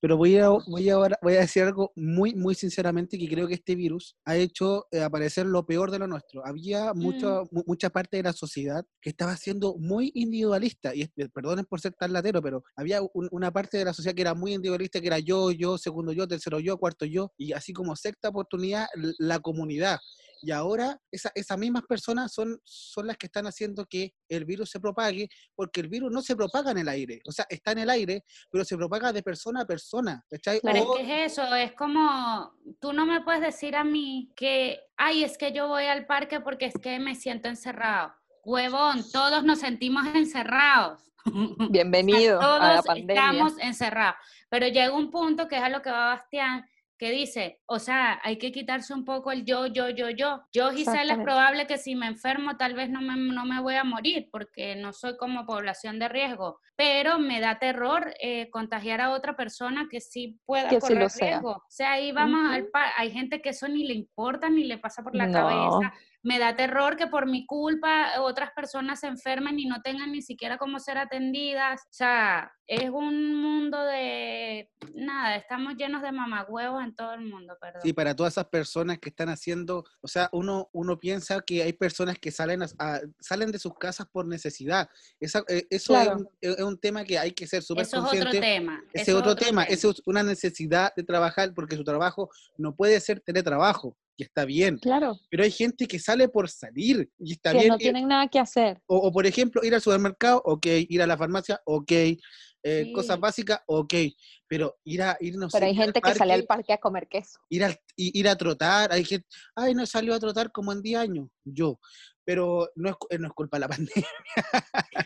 Speaker 1: pero voy a, voy ahora, voy a decir algo muy, muy sinceramente que creo que este virus ha hecho eh, aparecer lo peor de lo nuestro. Había mucha, mu- mucha parte de la sociedad que estaba siendo muy individualista, y es- eh, perdonen por ser tan latero, pero había un- una parte de la sociedad que era muy individualista, que era yo, yo, segundo yo, tercero yo, cuarto yo, y así como sexta oportunidad, l- la comunidad. Y ahora esa- esas mismas personas son, son las que están haciendo que el virus se propague, porque el virus no se propaga en el aire. O sea, está en el aire, pero se propaga de persona a persona. ¿cachai?
Speaker 2: pero es
Speaker 1: O-
Speaker 2: que es eso, es como, tú no me puedes decir a mí que, ay, es que yo voy al parque porque es que me siento encerrado. Huevón, todos nos sentimos encerrados. sea,
Speaker 3: Bienvenido a la
Speaker 2: todos
Speaker 3: pandemia.
Speaker 2: estamos encerrados. Pero llega un punto que es a lo que va Bastián, que dice, o sea, hay que quitarse un poco el yo, yo, yo, yo. Yo, Gisela, es
Speaker 3: Exactamente.
Speaker 2: probable que si me enfermo tal vez no me, no me voy a morir porque no soy como población de riesgo, pero me da terror eh, contagiar a otra persona que sí pueda
Speaker 3: Que sí
Speaker 2: correr
Speaker 3: lo sea.
Speaker 2: riesgo. O sea, ahí vamos al pa- hay gente que eso ni le importa ni le pasa por la
Speaker 3: No.
Speaker 2: cabeza. Me da terror que por mi culpa otras personas se enfermen y no tengan ni siquiera cómo ser atendidas. O sea, es un mundo de nada, estamos llenos de mamagüevos en todo el mundo, perdón.
Speaker 1: Sí, para todas esas personas que están haciendo, o sea, uno, uno piensa que hay personas que salen, a- a- salen de sus casas por necesidad. Esa- eh, eso es
Speaker 3: Claro.
Speaker 1: un- es, es un tema que hay que ser súper
Speaker 2: eso es otro
Speaker 1: consciente.
Speaker 2: tema.
Speaker 1: Ese
Speaker 2: eso
Speaker 1: es otro tema, eso
Speaker 2: tema.
Speaker 1: es una necesidad de trabajar porque su trabajo no puede ser teletrabajo, y está bien,
Speaker 3: Claro,
Speaker 1: pero hay gente que sale por salir, y está
Speaker 3: que
Speaker 1: bien,
Speaker 3: no
Speaker 1: y-
Speaker 3: tienen nada que hacer.
Speaker 1: o, o, por ejemplo, ir al supermercado, ok, ir a la farmacia, ok, eh, cosas
Speaker 2: Sí.
Speaker 1: básicas, ok, pero ir a ir, no sé,
Speaker 3: Pero hay
Speaker 1: ir al
Speaker 3: gente que sale al
Speaker 1: parque,
Speaker 3: parque a comer queso.
Speaker 1: ir, al- i- ir a trotar, hay gente, ay, no salió a trotar como en 10 años, yo, pero no es, cu- eh, no es culpa de la pandemia,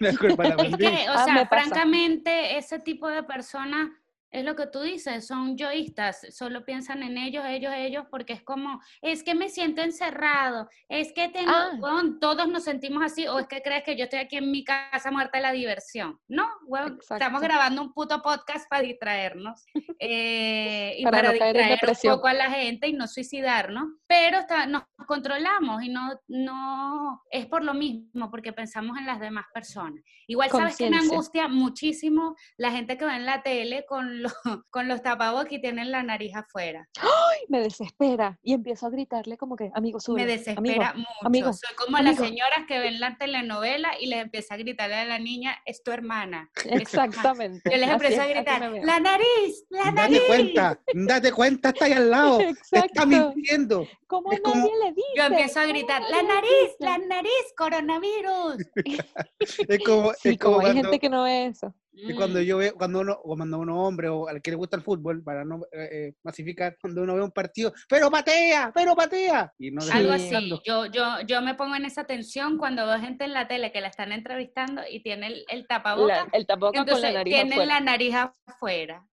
Speaker 1: no es culpa de la
Speaker 2: Es
Speaker 1: pandemia.
Speaker 2: que, o
Speaker 3: Ah,
Speaker 2: sea,
Speaker 3: me pasa.
Speaker 2: francamente, ese tipo de personas es lo que tú dices, son yoístas, solo piensan en ellos, ellos, ellos, porque es como, es que me siento encerrado, es que tengo,
Speaker 3: Ah.
Speaker 2: huevón, todos nos sentimos así, o es que crees que yo estoy aquí en mi casa muerta de la diversión. No, huevón, estamos
Speaker 3: Exacto.
Speaker 2: grabando un puto podcast para distraernos eh, y para,
Speaker 3: Para no caer en
Speaker 2: distraer un
Speaker 3: depresión.
Speaker 2: poco a la gente y no suicidarnos, pero está- nos controlamos y no, no, es por lo mismo, porque pensamos en las demás personas. Igual sabes que me
Speaker 3: Conciencia.
Speaker 2: angustia muchísimo la gente que ve en la tele con los, con los tapabocas y tienen la nariz afuera.
Speaker 3: Ay, me desespera. Y empiezo a gritarle como que, amigo, sube.
Speaker 2: me desespera mucho.
Speaker 3: amigo,
Speaker 2: Soy como las
Speaker 3: amigo.
Speaker 2: señoras que ven la telenovela y les empieza a gritarle a la niña, es tu hermana. es tu hermana".
Speaker 3: Exactamente.
Speaker 2: Yo les
Speaker 3: así
Speaker 2: empiezo a
Speaker 3: es, así
Speaker 2: gritar,
Speaker 3: me veo.
Speaker 2: la nariz, la nariz.
Speaker 1: Date cuenta, date cuenta, está ahí al lado, te está
Speaker 3: Exacto.
Speaker 1: mintiendo.
Speaker 3: ¿Cómo
Speaker 1: es
Speaker 3: nadie
Speaker 1: como-
Speaker 3: le dice?
Speaker 2: Yo empiezo a
Speaker 3: ¿Cómo
Speaker 2: gritar,
Speaker 3: nadie
Speaker 2: la
Speaker 3: le
Speaker 2: nariz,
Speaker 3: dice?".
Speaker 2: la nariz, coronavirus.
Speaker 1: Es como,
Speaker 3: Sí,
Speaker 1: es
Speaker 3: como,
Speaker 1: como
Speaker 3: hay
Speaker 1: cuando-
Speaker 3: gente que no ve eso.
Speaker 1: Y cuando
Speaker 2: Mm.
Speaker 1: yo veo, cuando uno, o cuando uno hombre o al que le gusta el fútbol, para no eh, eh, masificar, cuando uno ve un partido, pero patea, pero patea. Y no deja
Speaker 2: Algo
Speaker 1: de
Speaker 3: Sí.
Speaker 2: así.
Speaker 1: hacerlo.
Speaker 2: Yo, yo, yo me pongo en esa tensión cuando veo gente en la tele que la están entrevistando y tiene el, el tapaboca.
Speaker 3: La- el tapabocas con la
Speaker 2: entonces
Speaker 3: nariz
Speaker 2: tienen
Speaker 3: afuera.
Speaker 2: la nariz afuera.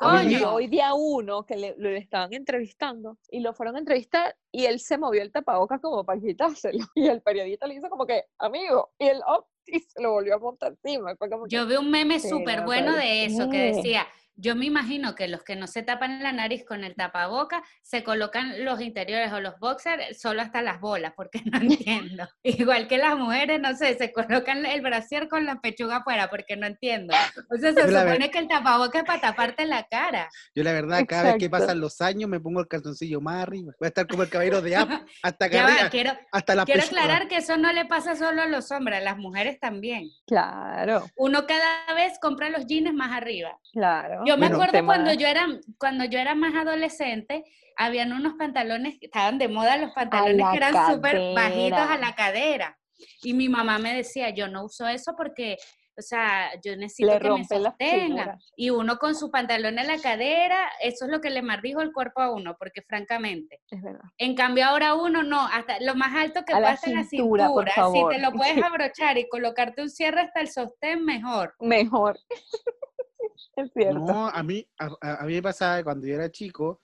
Speaker 1: Oye,
Speaker 3: Oye,
Speaker 2: Coño.
Speaker 3: hoy día uno que le, lo estaban entrevistando y lo fueron a entrevistar y él se movió el tapabocas como para quitárselo y el periodista le hizo como que amigo y él "Oh", y se lo volvió a montar encima. Fue como que,
Speaker 2: Yo vi un meme
Speaker 3: Pero,
Speaker 2: súper bueno de eso que
Speaker 3: ¿qué?
Speaker 2: decía, yo me imagino que los que no se tapan la nariz con el tapaboca se colocan los interiores o los boxers solo hasta las bolas, porque no entiendo. Igual que las mujeres, no sé, se colocan el brasier con la pechuga afuera, porque no entiendo. O sea, se
Speaker 1: Yo la ve-
Speaker 2: supone que el tapaboca es para taparte la cara.
Speaker 1: Yo la verdad, cada vez que
Speaker 3: Exacto.
Speaker 1: pasan los años, me pongo el calzoncillo más arriba. Voy a estar como el caballero de App, hasta acá
Speaker 2: Ya va,
Speaker 1: arriba,
Speaker 2: quiero,
Speaker 1: hasta la
Speaker 2: Quiero
Speaker 1: pechuga.
Speaker 2: aclarar que eso no le pasa solo a los hombres, a las mujeres también.
Speaker 3: Claro,
Speaker 2: Uno cada vez compra los jeans más arriba.
Speaker 3: claro.
Speaker 2: Yo me
Speaker 1: Bueno,
Speaker 2: acuerdo
Speaker 3: tema-
Speaker 2: cuando yo era cuando yo era más adolescente, habían unos pantalones, estaban de moda los pantalones
Speaker 3: la
Speaker 2: que eran súper bajitos a
Speaker 3: cadera.
Speaker 2: la cadera. Y mi mamá me decía, yo no uso eso porque o sea, yo necesito
Speaker 3: Le
Speaker 2: que me
Speaker 3: rompe la
Speaker 2: sostenga.
Speaker 3: figura.
Speaker 2: Y uno con su pantalón en la cadera, eso es lo que le mardijo el cuerpo a uno, porque francamente.
Speaker 3: Es verdad.
Speaker 2: En cambio ahora uno no, hasta lo más alto que
Speaker 3: A la
Speaker 2: pasa es la
Speaker 3: cintura,
Speaker 2: cintura.
Speaker 3: por favor.
Speaker 2: Si te lo puedes abrochar y colocarte un cierre hasta el sostén, mejor.
Speaker 3: Mejor. es cierto.
Speaker 1: No, a mí, a, a- a mí me pasaba que cuando yo era chico,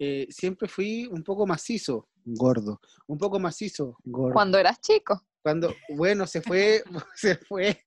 Speaker 1: eh, siempre fui un poco macizo, gordo, un poco macizo, gordo. Cuando,
Speaker 3: Cuando eras chico.
Speaker 1: bueno, se fue, se fue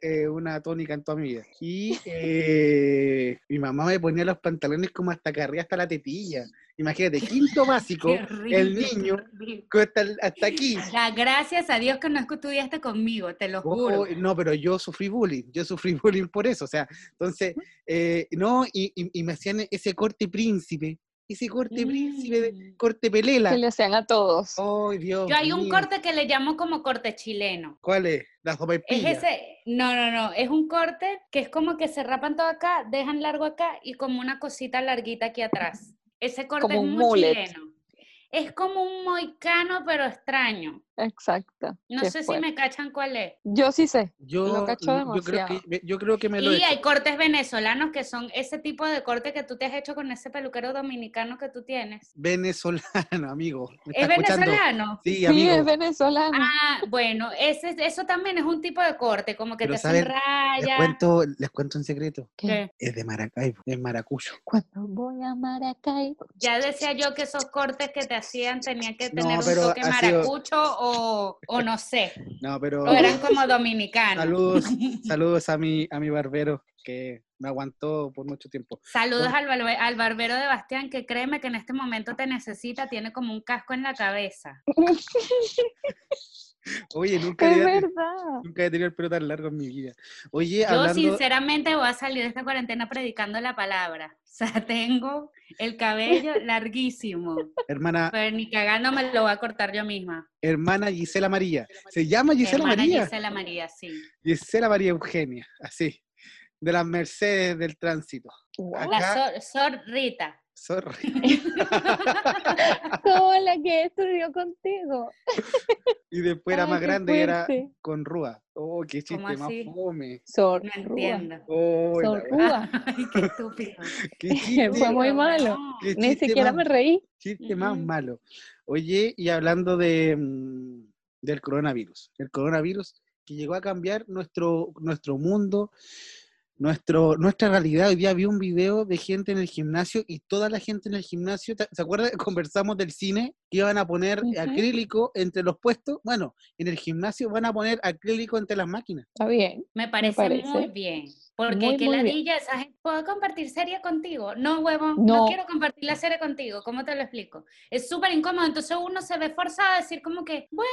Speaker 1: eh, una tónica en toda mi vida. Y eh, mi mamá me ponía los pantalones como hasta que arriba, hasta la tetilla. Imagínate, quinto básico,
Speaker 2: Qué rico,
Speaker 1: el niño,
Speaker 2: qué rico.
Speaker 1: que hasta, hasta aquí.
Speaker 2: O sea, gracias a Dios que no estudiaste conmigo, te lo juro.
Speaker 1: Oh, no, pero yo sufrí bullying, yo sufrí bullying por eso, o sea, entonces, eh, no, y, y- y me hacían ese corte príncipe, ese corte príncipe, de-
Speaker 2: Mm.
Speaker 1: corte pelela.
Speaker 3: Que le hacían a todos.
Speaker 1: Ay, Dios
Speaker 2: Yo hay un
Speaker 1: mío.
Speaker 2: corte que le llamo como corte chileno.
Speaker 1: ¿Cuál es? La
Speaker 2: Es
Speaker 1: sopaipilla.
Speaker 2: ese, no, no, no, es un corte que es como que se rapan todo acá, dejan largo acá y como una cosita larguita aquí atrás. Ese corte
Speaker 3: Como
Speaker 2: es
Speaker 3: un
Speaker 2: muy
Speaker 3: mullet.
Speaker 2: chileno. Es como un moicano, pero extraño.
Speaker 3: Exacto.
Speaker 2: No
Speaker 3: Qué
Speaker 2: sé si
Speaker 3: fuerte.
Speaker 2: me cachan cuál es.
Speaker 3: Yo sí sé.
Speaker 1: Yo,
Speaker 3: lo cacho
Speaker 1: yo creo que,
Speaker 3: demasiado.
Speaker 1: me- yo creo que me lo he
Speaker 2: Y
Speaker 1: hecho.
Speaker 2: hay cortes venezolanos que son ese tipo de corte que tú te has hecho con ese peluquero dominicano que tú tienes.
Speaker 1: Venezolano, amigo. ¿me
Speaker 2: ¿Es
Speaker 1: está escuchando?
Speaker 2: venezolano?
Speaker 1: Sí,
Speaker 3: Sí,
Speaker 1: amigo.
Speaker 3: es venezolano.
Speaker 2: Ah, bueno, ese, eso también es un tipo de corte, como que
Speaker 1: Pero
Speaker 2: te
Speaker 1: ¿saben?
Speaker 2: hacen
Speaker 1: les,
Speaker 2: rayas.
Speaker 1: cuento, les cuento un secreto.
Speaker 3: ¿Qué?
Speaker 2: ¿Qué?
Speaker 1: Es de Maracaibo, es maracuyo.
Speaker 3: Cuando voy a Maracaibo.
Speaker 2: Ya decía yo que esos cortes que te hacían tenían que
Speaker 1: No,
Speaker 2: tener un
Speaker 1: pero
Speaker 2: toque
Speaker 1: ha sido-
Speaker 2: maracucho o, o no sé,
Speaker 1: No, pero
Speaker 2: o eran como dominicanos.
Speaker 1: saludos, saludos a mi, a mi barbero que me aguantó por mucho tiempo.
Speaker 2: Saludos al, barbe- al barbero de Bastián, que créeme que en este momento te necesita, tiene como un casco en la cabeza.
Speaker 1: Oye, nunca
Speaker 3: Es
Speaker 1: había,
Speaker 3: verdad.
Speaker 1: nunca he tenido el pelo tan largo en mi vida. Oye,
Speaker 2: Yo
Speaker 1: hablando...
Speaker 2: sinceramente voy a salir de esta cuarentena predicando la palabra. O sea, tengo el cabello larguísimo,
Speaker 1: Hermana,
Speaker 2: pero ni cagando me lo voy a cortar yo misma.
Speaker 1: hermana Gisela María. Se llama Gisela
Speaker 2: Hermana
Speaker 1: María.
Speaker 2: Gisela María, sí.
Speaker 1: Gisela María Eugenia, así. De las Mercedes del tránsito.
Speaker 3: Guau.
Speaker 1: Acá-
Speaker 2: La sor, Sor Rita.
Speaker 1: Sorry.
Speaker 3: Hola, que estudió contigo.
Speaker 1: Y después era
Speaker 3: Ay,
Speaker 1: más
Speaker 3: qué
Speaker 1: grande y era
Speaker 3: fuerte.
Speaker 1: con Rúa. Oh, qué chiste
Speaker 2: ¿Cómo
Speaker 1: más
Speaker 2: así?
Speaker 1: fome.
Speaker 3: Sor
Speaker 2: No
Speaker 3: Rúa.
Speaker 2: entiendo.
Speaker 1: Oh, la
Speaker 3: Sor
Speaker 1: wea.
Speaker 3: Rúa.
Speaker 2: Ay, qué estúpido.
Speaker 1: qué chiste,
Speaker 3: Fue muy
Speaker 2: No,
Speaker 3: malo.
Speaker 2: no.
Speaker 1: qué
Speaker 3: Ni
Speaker 1: chiste
Speaker 3: siquiera
Speaker 1: más-
Speaker 3: me reí.
Speaker 1: chiste más
Speaker 2: Ujú.
Speaker 1: malo. Oye, y hablando de, mm, del coronavirus, el coronavirus que llegó a cambiar nuestro, nuestro mundo, nuestro, nuestra realidad. Hoy día vi un video de gente en el gimnasio y toda la gente en el gimnasio, ¿te- ¿se acuerdan? Conversamos del cine, que iban a poner
Speaker 3: Ujú.
Speaker 1: acrílico entre los puestos. Bueno, en el gimnasio van a poner acrílico entre las máquinas.
Speaker 3: Está bien.
Speaker 2: Me parece,
Speaker 3: parece.
Speaker 2: muy bien. Porque
Speaker 3: Muy,
Speaker 2: que
Speaker 3: muy
Speaker 2: la
Speaker 3: bien.
Speaker 2: niña, esa gente, ¿puedo compartir serie contigo? No, huevón, no.
Speaker 3: No.
Speaker 2: quiero compartir la serie contigo. ¿Cómo te lo explico? Es súper incómodo. Entonces uno se ve forzado a decir como que, bueno,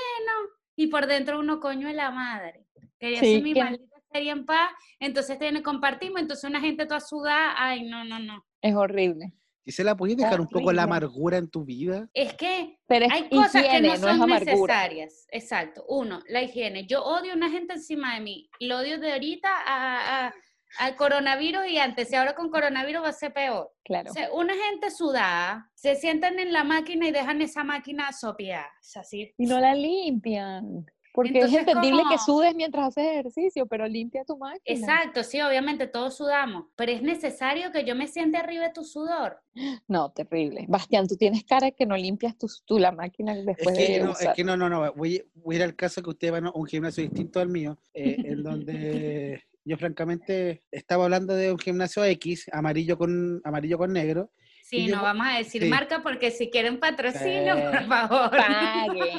Speaker 2: y por dentro uno coño de la madre. Quería
Speaker 3: Sí,
Speaker 2: hacer mi
Speaker 3: que-
Speaker 2: maldita serie en paz, entonces tiene, compartimos, entonces una gente toda sudada, ay, no, no, no.
Speaker 3: Es horrible.
Speaker 1: Gisela, ¿podías dejar un poco la
Speaker 3: Horrible.
Speaker 1: amargura en tu vida?
Speaker 2: Es que
Speaker 3: Pero es
Speaker 2: Hay cosas que
Speaker 3: higiene,
Speaker 2: no
Speaker 3: es
Speaker 2: son
Speaker 3: amargura.
Speaker 2: necesarias. Exacto. Uno, la higiene. Yo odio una gente encima de mí. Lo odio de ahorita a- a- al coronavirus y antes. Y ahora con coronavirus va a ser peor.
Speaker 3: Claro.
Speaker 2: O sea, una gente sudada, se sientan en la máquina y dejan esa máquina sopeada. Es así.
Speaker 3: Y no la limpian. Porque
Speaker 2: Entonces,
Speaker 3: es entendible que
Speaker 2: ¿cómo?
Speaker 3: sudes mientras haces ejercicio, pero limpia tu máquina.
Speaker 2: Exacto, sí, obviamente todos sudamos, pero es necesario que yo me siente arriba de tu sudor.
Speaker 3: No, terrible. Bastián, tú tienes cara que no limpias tu, tú la máquina después
Speaker 1: es que,
Speaker 3: de
Speaker 1: no,
Speaker 3: usar.
Speaker 1: es que no, no, no, voy, voy a ir al caso que ustedes van a un gimnasio distinto al mío, eh, en donde yo francamente estaba hablando de un gimnasio X, amarillo con, amarillo con negro.
Speaker 2: Sí,
Speaker 1: yo-
Speaker 2: no vamos a decir
Speaker 1: sí.
Speaker 2: marca porque si quieren patrocinio,
Speaker 1: Eh,
Speaker 2: por favor.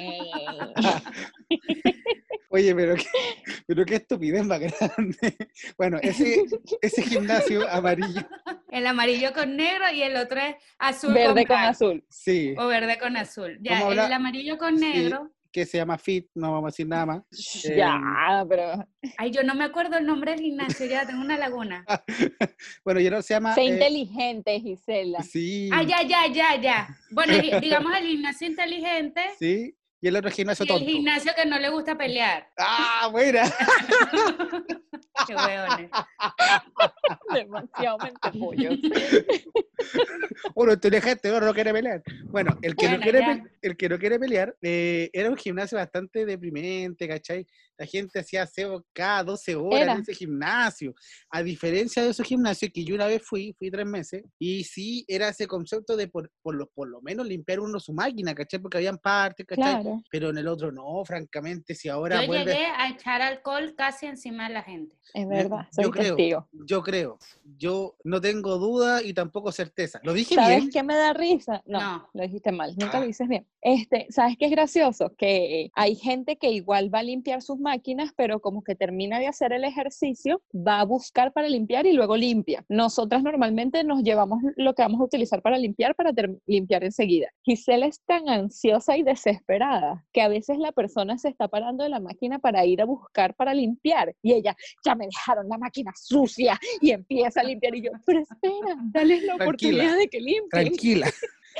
Speaker 3: Paguen.
Speaker 1: Oye, pero qué, pero qué estupidez más grande. Bueno, ese, ese gimnasio amarillo,
Speaker 2: El amarillo con negro y el otro es azul
Speaker 3: Verde con
Speaker 2: blanco.
Speaker 3: azul.
Speaker 1: sí,
Speaker 2: O verde con azul. Ya,
Speaker 1: ¿Cómo
Speaker 2: el
Speaker 1: habla?
Speaker 2: amarillo con
Speaker 1: Sí.
Speaker 2: negro.
Speaker 1: que se llama Fit, no vamos a decir nada más. Em,
Speaker 3: Ya, pero
Speaker 2: Ay, yo no me acuerdo el nombre del gimnasio, ya tengo una laguna.
Speaker 1: Bueno, y ahora se llama...
Speaker 3: sé
Speaker 1: eh,
Speaker 3: inteligente, Gisela.
Speaker 1: sí,
Speaker 2: Ah, ya, ya, ya, ya. Bueno, di- digamos el gimnasio inteligente
Speaker 1: sí, y el otro gimnasio
Speaker 2: y el
Speaker 1: tonto.
Speaker 2: gimnasio que no le gusta pelear.
Speaker 1: Ah, buena.
Speaker 2: Qué hueones.
Speaker 3: Demasiado mentepollos.
Speaker 1: Uno, tú dejaste, uno no quiere pelear. Bueno, el que, no,
Speaker 2: Bueno,
Speaker 1: quiere,
Speaker 2: ya.
Speaker 1: pe- el que no quiere pelear, eh, era un gimnasio bastante deprimente, ¿cachai? La gente hacía aseo cada 12 horas
Speaker 3: Era.
Speaker 1: en ese gimnasio. A diferencia de esos gimnasios que yo una vez fui, fui tres meses, y sí era ese concepto de por, por lo, por lo menos limpiar uno su máquina, ¿cachai? Porque habían partes, ¿cachai?
Speaker 3: Claro.
Speaker 1: Pero en el otro no, francamente, si ahora
Speaker 2: Yo
Speaker 1: vuelve...
Speaker 2: llegué a echar alcohol casi encima de la gente.
Speaker 3: Es verdad,
Speaker 1: yo
Speaker 3: soy
Speaker 1: creo.
Speaker 3: testigo.
Speaker 1: Yo creo, yo no tengo duda y tampoco certeza. ¿Lo dije
Speaker 3: ¿Sabes
Speaker 1: bien?
Speaker 3: qué me da risa? No,
Speaker 2: No.
Speaker 3: lo dijiste mal, nunca
Speaker 1: Ah.
Speaker 3: lo dices bien. Este, ¿sabes qué es gracioso? Que eh, hay gente que igual va a limpiar sus máquinas, pero como que termina de hacer el ejercicio, va a buscar para limpiar y luego limpia. Nosotras normalmente nos llevamos lo que vamos a utilizar para limpiar para ter- limpiar enseguida. Gisela es tan ansiosa y desesperada que a veces la persona se está parando de la máquina para ir a buscar para limpiar y ella, ya me dejaron la máquina sucia y empieza a limpiar y yo, pero espera, dale la
Speaker 1: Tranquila,
Speaker 3: oportunidad de que limpie.
Speaker 1: Tranquila,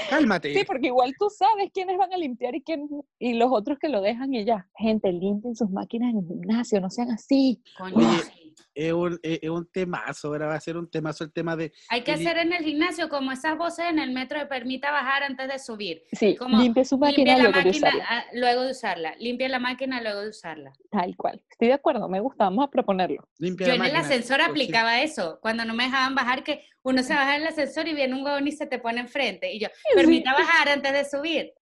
Speaker 1: cálmate.
Speaker 3: Sí, porque igual tú sabes quiénes van a limpiar y quién y los otros que lo dejan y ya. Gente, limpien sus máquinas en el gimnasio, no sean así.
Speaker 2: Coño,
Speaker 1: Oye.
Speaker 2: sí.
Speaker 1: Es un, es es un temazo, ahora va a ser un temazo el tema de...
Speaker 2: Hay que
Speaker 1: Y-
Speaker 2: hacer en el gimnasio como esas voces en el metro de permita bajar antes de subir.
Speaker 3: Sí,
Speaker 2: Como,
Speaker 3: limpie su
Speaker 2: Limpia
Speaker 3: máquina
Speaker 2: la
Speaker 3: luego de
Speaker 2: máquina
Speaker 3: usarla.
Speaker 2: ah, luego de usarla. Limpia la máquina luego de usarla.
Speaker 3: Tal cual. Estoy de acuerdo, me gusta, vamos a proponerlo.
Speaker 1: Limpia
Speaker 2: Yo
Speaker 1: la
Speaker 2: en el
Speaker 1: máquina.
Speaker 2: ascensor
Speaker 1: Oh, sí.
Speaker 2: aplicaba eso. Cuando no me dejaban bajar, que uno se baja en el ascensor y viene un huevón y se te pone enfrente. Y yo, permita bajar antes de subir.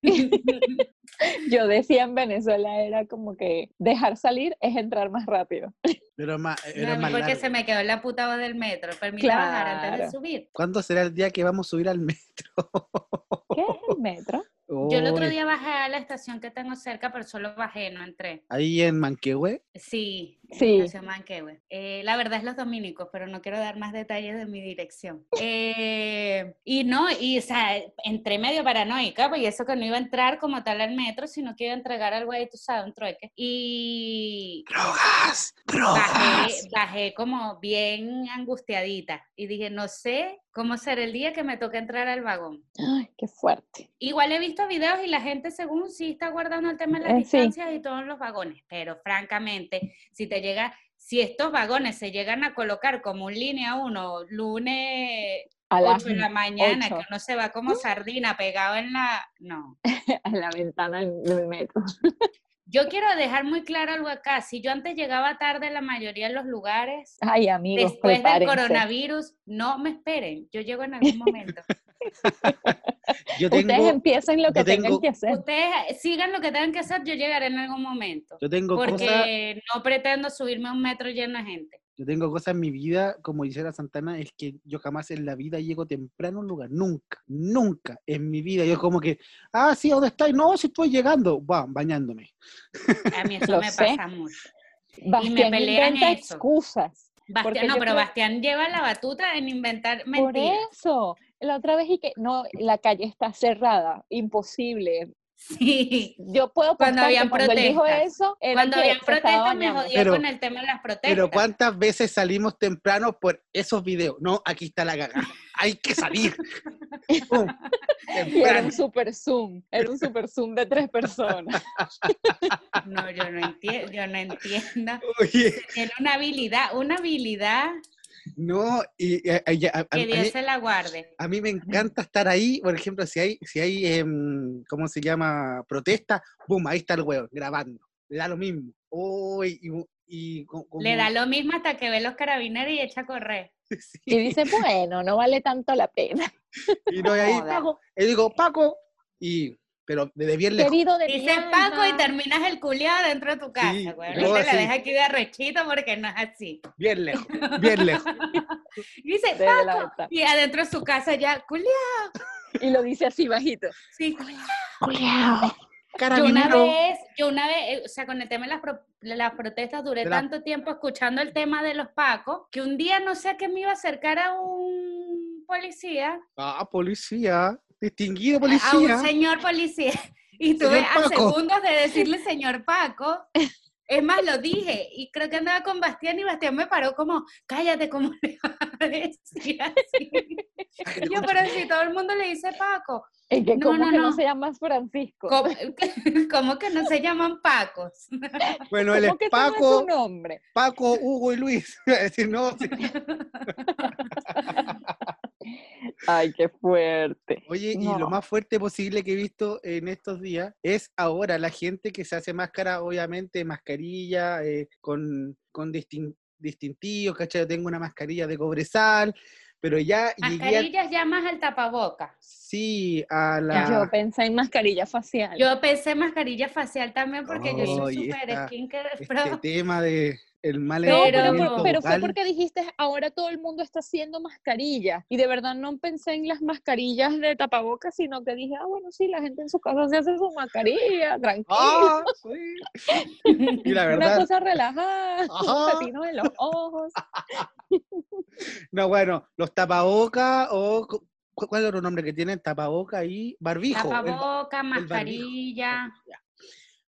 Speaker 3: Yo decía en Venezuela era como que dejar salir es entrar más rápido.
Speaker 1: Pero es más,
Speaker 2: No,
Speaker 1: pero es más
Speaker 2: porque
Speaker 1: largo.
Speaker 2: se me quedó la puta voz del metro. Permita bajar antes de
Speaker 3: Claro.
Speaker 2: subir.
Speaker 1: ¿Cuándo será el día que vamos a subir al metro?
Speaker 3: ¿Qué
Speaker 2: Oh.
Speaker 3: es el metro?
Speaker 2: Yo el otro
Speaker 1: Uy,
Speaker 2: día bajé a la estación que tengo cerca, pero solo bajé, no entré.
Speaker 1: Ahí en Manquehue.
Speaker 2: Sí, en
Speaker 3: Sí.
Speaker 2: Estación Manquehue. Eh, la verdad es los dominicos, pero no quiero dar más detalles de mi dirección. Eh, y no, y o sea, entré medio paranoica, pues, y eso que no iba a entrar como tal al metro, sino que iba a entregar al güey, tú sabes, un trueque. Y
Speaker 1: ¡Drogas!
Speaker 2: bajé,
Speaker 1: ¡Drogas!
Speaker 2: bajé como bien angustiadita y dije, no sé cómo será el día que me toque entrar al vagón.
Speaker 3: Ay, qué fuerte.
Speaker 2: Igual he visto videos y la gente según sí está guardando el tema de las
Speaker 3: Eh, sí.
Speaker 2: distancias y todos los vagones, pero francamente, si te llega, si estos vagones se llegan a colocar como un línea uno, lunes
Speaker 3: A la,
Speaker 2: 8 de la mañana,
Speaker 3: ocho. Mm.
Speaker 2: que uno se va como sardina pegado en la... No.
Speaker 3: a la ventana del, del metro.
Speaker 2: Yo quiero dejar muy claro algo acá. Si yo antes llegaba tarde en la mayoría de los lugares,
Speaker 3: Ay, amigos,
Speaker 2: después del
Speaker 3: prepárense.
Speaker 2: coronavirus, no me esperen. Yo llego en algún momento.
Speaker 1: Yo
Speaker 3: Ustedes
Speaker 1: tengo,
Speaker 3: empiecen lo que
Speaker 1: yo
Speaker 3: tengan
Speaker 1: tengo-
Speaker 3: que hacer.
Speaker 2: Ustedes eh, sigan lo que tengan que hacer, yo llegaré en algún momento.
Speaker 1: yo tengo cosas...
Speaker 2: Porque no pretendo subirme a un metro lleno de gente.
Speaker 1: Yo tengo cosas en mi vida, como Gisela Santana, es que yo jamás en la vida llego temprano a un lugar. Nunca, nunca en mi vida. Yo como que, ah, sí, ¿dónde estáis? No, si estoy llegando. Va, bañándome.
Speaker 2: A mí eso
Speaker 3: Lo
Speaker 2: me
Speaker 3: sé.
Speaker 2: pasa mucho.
Speaker 3: Bastián
Speaker 2: pelean
Speaker 3: inventa
Speaker 2: eso.
Speaker 3: excusas. Porque
Speaker 2: Bastián, no,
Speaker 3: yo
Speaker 2: pero
Speaker 3: creo-
Speaker 2: Bastián lleva la batuta en inventar
Speaker 3: Por
Speaker 2: mentiras.
Speaker 3: eso, la otra vez y que no, la calle está cerrada, imposible.
Speaker 2: Sí.
Speaker 3: Yo puedo
Speaker 2: Cuando
Speaker 3: apostar que
Speaker 2: habían
Speaker 3: cuando él dijo
Speaker 2: protestas.
Speaker 3: eso, era
Speaker 2: Cuando
Speaker 3: que
Speaker 2: habían
Speaker 3: se estaba
Speaker 2: protestas me
Speaker 3: bañando.
Speaker 2: jodía
Speaker 1: Pero-
Speaker 2: con el tema de las protestas.
Speaker 1: Pero ¿cuántas veces salimos temprano por esos videos? No, aquí está la gaga. Hay que salir. Pum,
Speaker 3: Y era
Speaker 1: temprano.
Speaker 3: un super zoom, era un super zoom de tres personas.
Speaker 2: No, yo no entiendo, yo no entiendo.
Speaker 1: Oye,
Speaker 2: Tiene una habilidad, una habilidad
Speaker 1: no, y a, a- ya- a- a-
Speaker 2: que
Speaker 1: a
Speaker 2: Dios
Speaker 1: mí,
Speaker 2: se la guarde.
Speaker 1: a mí me encanta estar ahí. Por ejemplo, si hay, si hay em, ¿cómo se llama? Protesta, boom, ahí está el huevo, grabando. Le da lo mismo. Uy, y, y co- como-
Speaker 2: Le da lo mismo hasta que ve los carabineros y echa a correr.
Speaker 1: sí,
Speaker 3: Y dice, bueno, no vale tanto la pena.
Speaker 1: y no, y ahí,
Speaker 3: joda.
Speaker 1: Paco. Y digo, Paco, y, pero desde bien lejos.
Speaker 3: Querido de mi
Speaker 2: Dice Paco y
Speaker 3: alma.
Speaker 2: terminas el culiado dentro de tu casa,
Speaker 1: Sí,
Speaker 2: güey.
Speaker 1: no,
Speaker 2: No te la
Speaker 1: así.
Speaker 2: deja aquí de arrechito porque no es así.
Speaker 1: Bien lejos, bien lejos.
Speaker 2: Y dice
Speaker 3: Desde la
Speaker 2: Paco.
Speaker 3: ventana.
Speaker 2: Y adentro de su casa ya, culiado.
Speaker 3: Y lo dice así bajito.
Speaker 2: Sí,
Speaker 4: Culeado.
Speaker 2: Yo una
Speaker 1: Carabinero.
Speaker 2: vez, yo una vez, eh, o sea, con el tema de las, pro- de las protestas duré
Speaker 1: De la-
Speaker 2: tanto tiempo escuchando el tema de los pacos que un día no sé a qué me iba a acercar a un policía,
Speaker 1: Ah, policía. Distinguido
Speaker 2: a un
Speaker 1: policía.
Speaker 2: señor policía, y estuve
Speaker 1: Señor
Speaker 2: a
Speaker 1: Paco.
Speaker 2: segundos de decirle señor Paco. Es más, lo dije, y creo que andaba con Bastián y Bastián me paró como, cállate, ¿cómo le vas a decir así? Y yo, pero si todo el mundo le dice Paco,
Speaker 3: Y que
Speaker 2: No,
Speaker 3: como
Speaker 2: no,
Speaker 3: que
Speaker 2: no.
Speaker 3: no se llama Francisco.
Speaker 2: ¿cómo, cómo que no se llaman Pacos?
Speaker 1: Bueno, él es
Speaker 3: ¿Cómo que ese no es
Speaker 1: Paco,
Speaker 3: su nombre?
Speaker 1: Paco, Hugo y Luis. Iba a decir, no, sí.
Speaker 3: Ay, qué fuerte.
Speaker 1: Oye, y lo
Speaker 3: No.
Speaker 1: más fuerte posible que he visto en estos días es ahora la gente que se hace máscara, obviamente, mascarilla, eh, con, con distin- distintivos, ¿cachai? Yo tengo una mascarilla de cobresal, pero ya llegué a-
Speaker 2: Mascarillas ya más al tapaboca.
Speaker 1: sí, a
Speaker 3: Yo
Speaker 1: la...
Speaker 3: pensé en mascarilla facial.
Speaker 2: Yo pensé mascarilla facial también porque yo soy
Speaker 1: Oy,
Speaker 2: súper
Speaker 1: esta-
Speaker 2: skincare
Speaker 1: Este
Speaker 2: pro.
Speaker 1: tema de el mal
Speaker 3: No, pero,
Speaker 1: enamoramiento
Speaker 3: por- pero fue
Speaker 1: bucal.
Speaker 3: porque dijiste, ahora todo el mundo está haciendo mascarillas. Y de verdad no pensé en las mascarillas de tapabocas, sino que dije, ah, bueno, sí, la gente en su casa se hace su mascarilla, tranquilo.
Speaker 1: ¡Ah! sí. Y la
Speaker 3: Una
Speaker 1: verdad,
Speaker 3: cosa relajada,
Speaker 1: Ajá.
Speaker 3: un pepino en los ojos.
Speaker 1: no, bueno, los tapabocas o... cu- ¿Cuál es el otro nombre que tienen? Tapaboca y barbijo. el ba-
Speaker 2: Tapaboca,
Speaker 1: barbijo.
Speaker 2: mascarilla.
Speaker 1: Ya.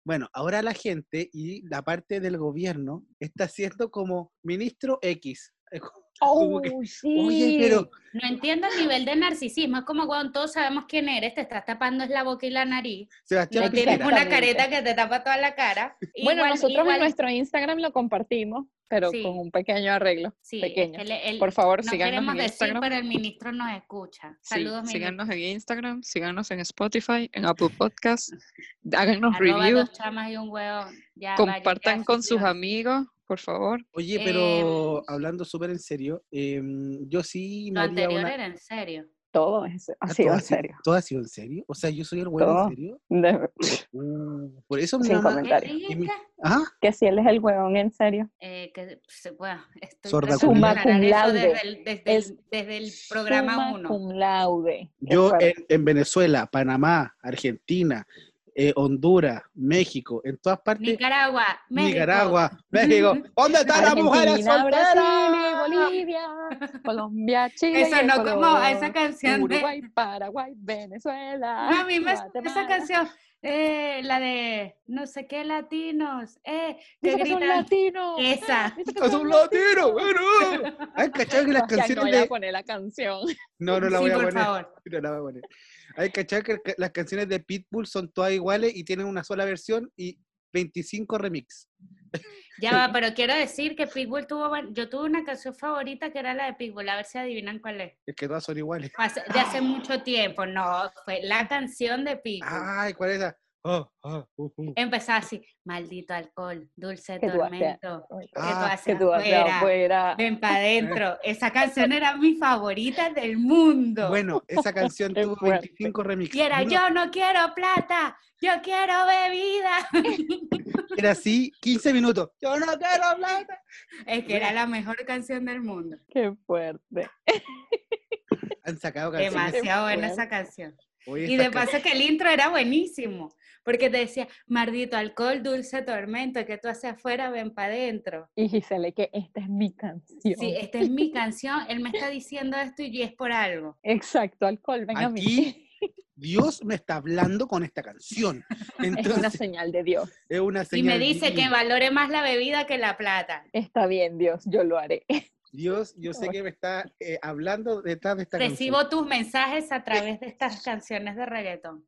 Speaker 1: Bueno, ahora la gente y la parte del gobierno está haciendo como ministro X. Es como,
Speaker 3: Oh,
Speaker 1: que,
Speaker 3: sí.
Speaker 1: Oye, pero
Speaker 2: No entiendo el nivel de narcisismo. Es como cuando todos sabemos quién eres, te estás tapando es la boca y la nariz.
Speaker 1: Sebastián
Speaker 2: No tienes
Speaker 1: Piñera,
Speaker 2: una
Speaker 3: Exactamente.
Speaker 2: careta que te tapa toda la cara.
Speaker 3: Bueno,
Speaker 2: Igual-
Speaker 3: nosotros
Speaker 2: igual-
Speaker 3: en nuestro Instagram lo compartimos, pero
Speaker 2: Sí.
Speaker 3: con un pequeño arreglo.
Speaker 2: sí, es
Speaker 3: pequeño.
Speaker 2: que le- el-
Speaker 3: Por favor,
Speaker 2: no
Speaker 3: síganos
Speaker 2: queremos
Speaker 3: en
Speaker 2: decir,
Speaker 3: Instagram.
Speaker 2: pero el ministro nos escucha.
Speaker 4: Sí,
Speaker 2: Saludos, ministro.
Speaker 4: síganos en Instagram, síganos en Spotify, en Apple Podcasts, háganos
Speaker 2: Arroba
Speaker 4: review,
Speaker 2: dos chamas y un huevo. Ya, vaya, ya,
Speaker 4: compartan con sus
Speaker 2: suscríbanse.
Speaker 4: amigos, por favor.
Speaker 1: Oye,
Speaker 2: Em,
Speaker 1: pero hablando súper en serio, em, yo sí me
Speaker 2: Lo
Speaker 1: haría
Speaker 2: anterior
Speaker 1: una...
Speaker 2: era en serio.
Speaker 3: Todo es, ha
Speaker 1: Ah,
Speaker 3: sido
Speaker 1: ¿todo
Speaker 3: en
Speaker 1: ha sido-
Speaker 3: serio.
Speaker 1: ¿Todo ha sido en serio? O sea, ¿yo soy el huevo
Speaker 3: Todo.
Speaker 1: en serio?
Speaker 3: De-
Speaker 1: Uh, por eso mi
Speaker 3: Sin
Speaker 1: mamá...
Speaker 3: comentar.
Speaker 2: ¿Qué
Speaker 3: Comentario.
Speaker 1: Y mi-
Speaker 2: rica?
Speaker 1: ¿Ah?
Speaker 3: Que si él es el huevón en serio.
Speaker 2: Eh, que se pueda. Estoy
Speaker 1: Sorda
Speaker 2: tratando de
Speaker 1: cum
Speaker 2: aclarar
Speaker 3: laude.
Speaker 2: eso desde el, desde
Speaker 3: Es
Speaker 2: el, desde el programa
Speaker 3: Summa
Speaker 2: 1.
Speaker 3: cum laude. Qué
Speaker 1: Yo
Speaker 3: fuerte.
Speaker 1: en, en Venezuela, Panamá, Argentina, eh, Honduras, México, en todas partes...
Speaker 2: Nicaragua, México.
Speaker 1: Nicaragua, México. ¿Dónde están las mujeres
Speaker 3: Argentina, Brasil,
Speaker 1: solteras?
Speaker 3: Bolivia, Colombia, Chile,
Speaker 2: Eso no como a esa
Speaker 3: Ecuador,
Speaker 2: canción de.
Speaker 3: Uruguay, Paraguay, Venezuela.
Speaker 2: No, a mí me suena esa
Speaker 3: Guatemala.
Speaker 2: canción, eh, la de no sé qué latinos, eh, que
Speaker 3: Dice que son
Speaker 2: gritan.
Speaker 3: latinos.
Speaker 2: Esa.
Speaker 3: Dice que
Speaker 1: Es
Speaker 3: son
Speaker 1: un
Speaker 3: latinos.
Speaker 1: latino, bueno. ¿Han cachado que las
Speaker 3: Sebastián, no
Speaker 1: canciones
Speaker 3: voy a
Speaker 1: de...
Speaker 3: poner la canción.
Speaker 1: No, no la
Speaker 2: sí,
Speaker 1: voy a
Speaker 2: por
Speaker 1: poner.
Speaker 2: favor.
Speaker 1: No la voy a poner. ¿Han cachado que ca- las canciones de Pitbull son todas iguales y tienen una sola versión y 25 remix?
Speaker 2: Ya va, pero quiero decir que Pitbull tuvo, buen- yo tuve una canción favorita que era la de Pitbull, a ver si adivinan cuál es.
Speaker 1: Es que todas son iguales.
Speaker 2: Fue hace- de hace
Speaker 1: Ah.
Speaker 2: mucho tiempo, no, fue la canción de Pitbull.
Speaker 1: Ay, ¿cuál es esa? Ah, ah, uh, uh.
Speaker 2: Empezaba así, maldito alcohol, dulce
Speaker 3: Que tú haces-
Speaker 2: tormento, que tú
Speaker 1: Ah,
Speaker 2: haces
Speaker 3: Que tú vas
Speaker 2: afuera,
Speaker 3: afuera.
Speaker 2: ven para adentro. Esa canción era mi favorita del mundo.
Speaker 1: Bueno, esa canción
Speaker 3: Qué
Speaker 1: tuvo
Speaker 3: fuerte.
Speaker 1: 25 remix.
Speaker 2: Y era
Speaker 1: Uno
Speaker 2: yo no quiero plata, yo quiero bebida.
Speaker 1: Era así, 15 minutos. Yo no quiero hablar.
Speaker 2: Es que era la mejor canción del mundo.
Speaker 3: Qué fuerte.
Speaker 1: Han sacado canciones.
Speaker 2: Demasiado buena
Speaker 3: fuerte.
Speaker 2: esa canción.
Speaker 1: Oye,
Speaker 2: Y
Speaker 1: esas
Speaker 2: de paso que el intro era buenísimo, porque te decía, mardito alcohol, dulce tormento, que tú haces afuera, ven para adentro.
Speaker 3: Y Gisele, que esta es mi canción.
Speaker 2: Sí, esta es mi canción, él me está diciendo esto y es por algo.
Speaker 3: Exacto, alcohol, venga a mí.
Speaker 1: Aquí Dios me está hablando con esta canción.
Speaker 3: Es
Speaker 1: Entonces,
Speaker 3: una señal de Dios.
Speaker 1: es una
Speaker 2: Y
Speaker 1: señal.
Speaker 2: me dice que
Speaker 1: divina.
Speaker 2: valore más la bebida que la plata.
Speaker 3: Está bien, Dios, yo lo haré.
Speaker 1: Dios, yo sé que me está eh, hablando detrás de esta canción.
Speaker 2: Recibo tus mensajes a través de estas canciones de reggaetón.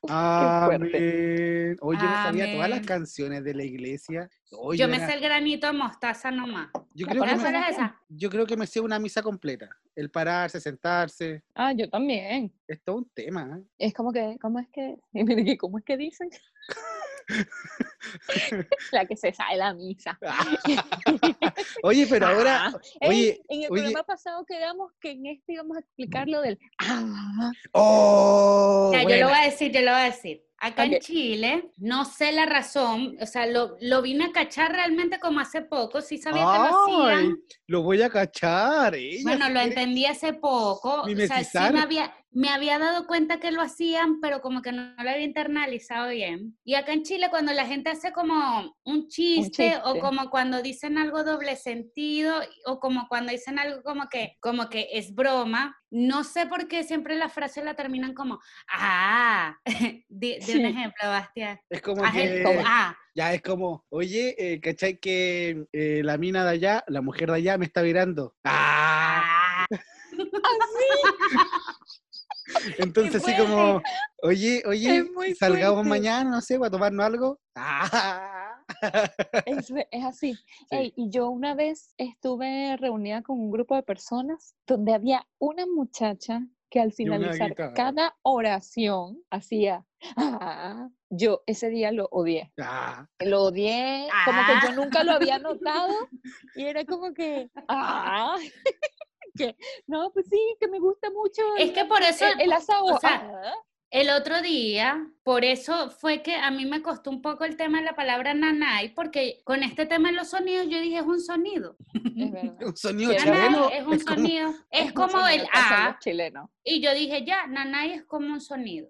Speaker 3: fuerte.
Speaker 1: Amén. Oye, yo me sabía todas las
Speaker 2: Amén.
Speaker 1: canciones de la iglesia. Oye,
Speaker 2: Yo me
Speaker 1: era-
Speaker 2: sé el granito de mostaza nomás.
Speaker 1: yo creo
Speaker 3: ¿La
Speaker 1: que
Speaker 2: ¿Cuáles
Speaker 3: conoces?
Speaker 1: me,
Speaker 2: son esas?
Speaker 1: yo creo que me sé una misa completa. El pararse, sentarse,
Speaker 3: Ah, yo también.
Speaker 1: es todo un tema. ¿eh?
Speaker 3: Es como que, ¿cómo es que? y mire que, ¿Cómo es que dicen? la que se sale la misa.
Speaker 1: Oye, pero ahora,
Speaker 3: Ah, ey,
Speaker 1: oye,
Speaker 3: en el
Speaker 1: oye.
Speaker 3: programa pasado quedamos que en este íbamos a explicar lo del. Ah,
Speaker 1: oh,
Speaker 2: Ya, yo
Speaker 1: buena.
Speaker 2: lo voy a decir, yo lo voy a decir. Acá en
Speaker 3: Ok.
Speaker 2: Chile, no sé la razón, o sea, lo, lo vine a cachar realmente como hace poco, sí sabía que lo
Speaker 1: Ay,
Speaker 2: hacían,
Speaker 1: lo voy a cachar. ella
Speaker 2: bueno, lo
Speaker 1: sí.
Speaker 2: entendí hace poco, o sea, sí
Speaker 1: Mimetizar.
Speaker 2: me había, me había dado cuenta que lo hacían, pero como que no, no lo había internalizado bien. Y acá en Chile, cuando la gente hace como un chiste, o
Speaker 3: chiste.
Speaker 2: como cuando dicen algo doble sentido, o como cuando dicen algo como que, como que es broma, no sé por qué siempre las frases la terminan como, ah, de, un
Speaker 3: Sí.
Speaker 2: ejemplo, Bastián.
Speaker 1: Es como
Speaker 2: Haz
Speaker 1: que...
Speaker 2: el- como, ah,
Speaker 1: Ya es como, oye, eh, ¿cachai que eh, la mina de allá, la mujer de allá me está virando? ¡Ah!
Speaker 2: ah.
Speaker 1: Entonces así como, oye, oye,
Speaker 3: Es muy
Speaker 1: salgamos
Speaker 3: fuerte.
Speaker 1: mañana, no sé, para tomarnos algo. ¡Ah!
Speaker 3: Es, re- es así.
Speaker 1: Sí.
Speaker 3: Ey, y yo una vez estuve reunida con un grupo de personas donde había una muchacha que al
Speaker 1: una
Speaker 3: finalizar
Speaker 1: guitarra.
Speaker 3: cada oración hacía, "Ah". yo ese día lo odié.
Speaker 1: Ah,
Speaker 3: Lo odié, como que
Speaker 2: Ah.
Speaker 3: yo nunca lo había notado y era como que, ah, que, no, pues sí, que me gusta mucho
Speaker 2: Es
Speaker 3: el-
Speaker 2: que por eso,
Speaker 3: el, el asado.
Speaker 2: o sea,
Speaker 3: "Ah".
Speaker 2: El otro día, por eso fue que a mí me costó un poco el tema de la palabra nanay, porque con este tema de los sonidos yo dije es un sonido.
Speaker 3: es verdad.
Speaker 1: un sonido
Speaker 3: Qué
Speaker 2: Nanay
Speaker 1: chileno.
Speaker 2: es un
Speaker 1: es como-
Speaker 2: sonido, es
Speaker 3: un
Speaker 2: como el
Speaker 3: sonido que hacen
Speaker 2: A,
Speaker 3: los chilenos.
Speaker 2: y yo dije ya, nanay es como un sonido.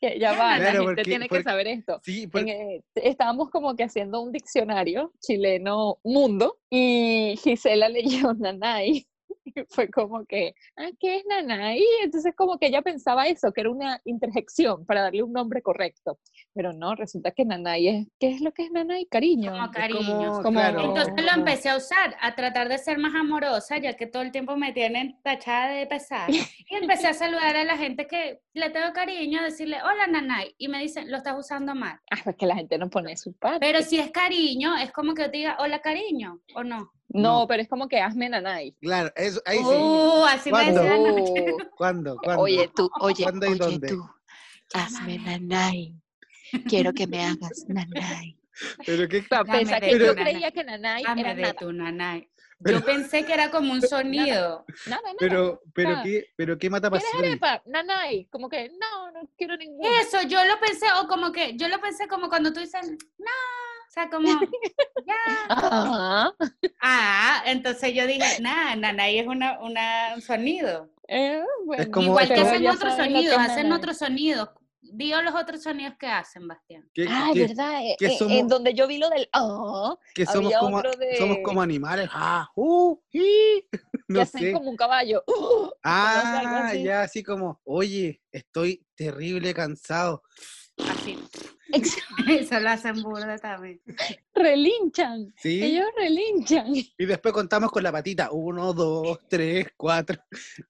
Speaker 3: Que ya va, la
Speaker 1: Claro,
Speaker 3: gente
Speaker 1: porque-
Speaker 3: tiene
Speaker 1: porque-
Speaker 3: que saber esto.
Speaker 1: Sí, pues, por-
Speaker 3: En, eh, estábamos como que haciendo un diccionario chileno mundo y Gisela leyó Nanay. Y fue como que, ah, ¿qué es Nanay? Entonces como que ella pensaba eso, que era una interjección para darle un nombre correcto. Pero no, resulta que Nanay es, ¿qué es lo que es Nanay? Cariño.
Speaker 2: Como
Speaker 1: es como,
Speaker 2: cariño.
Speaker 3: como-
Speaker 1: claro,
Speaker 2: Entonces lo
Speaker 1: como-
Speaker 2: empecé a usar, a tratar de ser más amorosa, ya que todo el tiempo me tienen tachada de pesada. Y empecé a saludar a la gente que le tengo cariño, a decirle, hola nanay, y me dicen, lo estás usando mal.
Speaker 3: Ah, pues que la gente no pone su parte.
Speaker 2: Pero si es cariño, es como que yo te diga, hola cariño, ¿o no?
Speaker 3: no,
Speaker 1: no.
Speaker 3: pero es como que hazme Nanay.
Speaker 1: claro, eso, ahí sí.
Speaker 2: Uh, así me
Speaker 1: ¿Cuándo?
Speaker 2: decía la noche.
Speaker 3: Oh,
Speaker 1: ¿Cuándo? ¿Cuándo?
Speaker 5: Oye tú, oye,
Speaker 1: ¿Cuándo y
Speaker 5: oye
Speaker 1: dónde?
Speaker 5: tú, hazme
Speaker 2: Llámame.
Speaker 5: nanay. Quiero que me hagas nanay.
Speaker 1: Pero qué-
Speaker 3: o sea,
Speaker 2: Dame
Speaker 3: pese a
Speaker 2: de
Speaker 3: que
Speaker 2: tu
Speaker 3: yo
Speaker 2: nanay.
Speaker 3: creía que Nanay
Speaker 2: Dame
Speaker 3: era
Speaker 2: Ah, de
Speaker 3: nada,
Speaker 2: tu nanay.
Speaker 1: Pero-
Speaker 2: Yo pensé que era como un sonido.
Speaker 3: nada, nada.
Speaker 1: pero, pero
Speaker 3: Ah.
Speaker 1: qué, pero qué mata
Speaker 3: ¿Quieres
Speaker 1: pasión.
Speaker 3: arepa? Nanay. Como que, no, no quiero ninguna.
Speaker 2: Eso, yo lo pensé, o como que, yo lo pensé como cuando tú dices, no, o sea, como, ya.
Speaker 3: Ah,
Speaker 2: Ah, entonces yo dije, nada, nanay es una, una, un sonido.
Speaker 3: eh, bueno,
Speaker 1: como-
Speaker 2: Igual que
Speaker 1: Pero
Speaker 2: hacen
Speaker 3: ya
Speaker 2: otros
Speaker 3: saben lo que
Speaker 2: sonidos,
Speaker 3: es
Speaker 2: hacen
Speaker 3: nanay.
Speaker 2: otros sonidos. Digo los otros sonidos que hacen, Bastián.
Speaker 1: Que,
Speaker 3: Ah,
Speaker 1: que-
Speaker 3: verdad. eh,
Speaker 1: que
Speaker 3: eh,
Speaker 1: somos-
Speaker 3: en donde yo vi lo del ah,
Speaker 1: que somos
Speaker 3: había
Speaker 1: como,
Speaker 3: otro de-
Speaker 1: somos como animales. Ah, uh, hi.
Speaker 3: que
Speaker 1: No
Speaker 3: hacen
Speaker 1: sé.
Speaker 3: como un caballo. uh, algo
Speaker 1: Ah,
Speaker 3: así.
Speaker 1: ya así como, oye, estoy terrible cansado.
Speaker 2: Así.
Speaker 3: ex-
Speaker 2: Eso lo hacen burda también.
Speaker 3: relinchan.
Speaker 1: Sí.
Speaker 3: Ellos relinchan.
Speaker 1: Y después contamos con la patita. Uno, dos, tres, cuatro.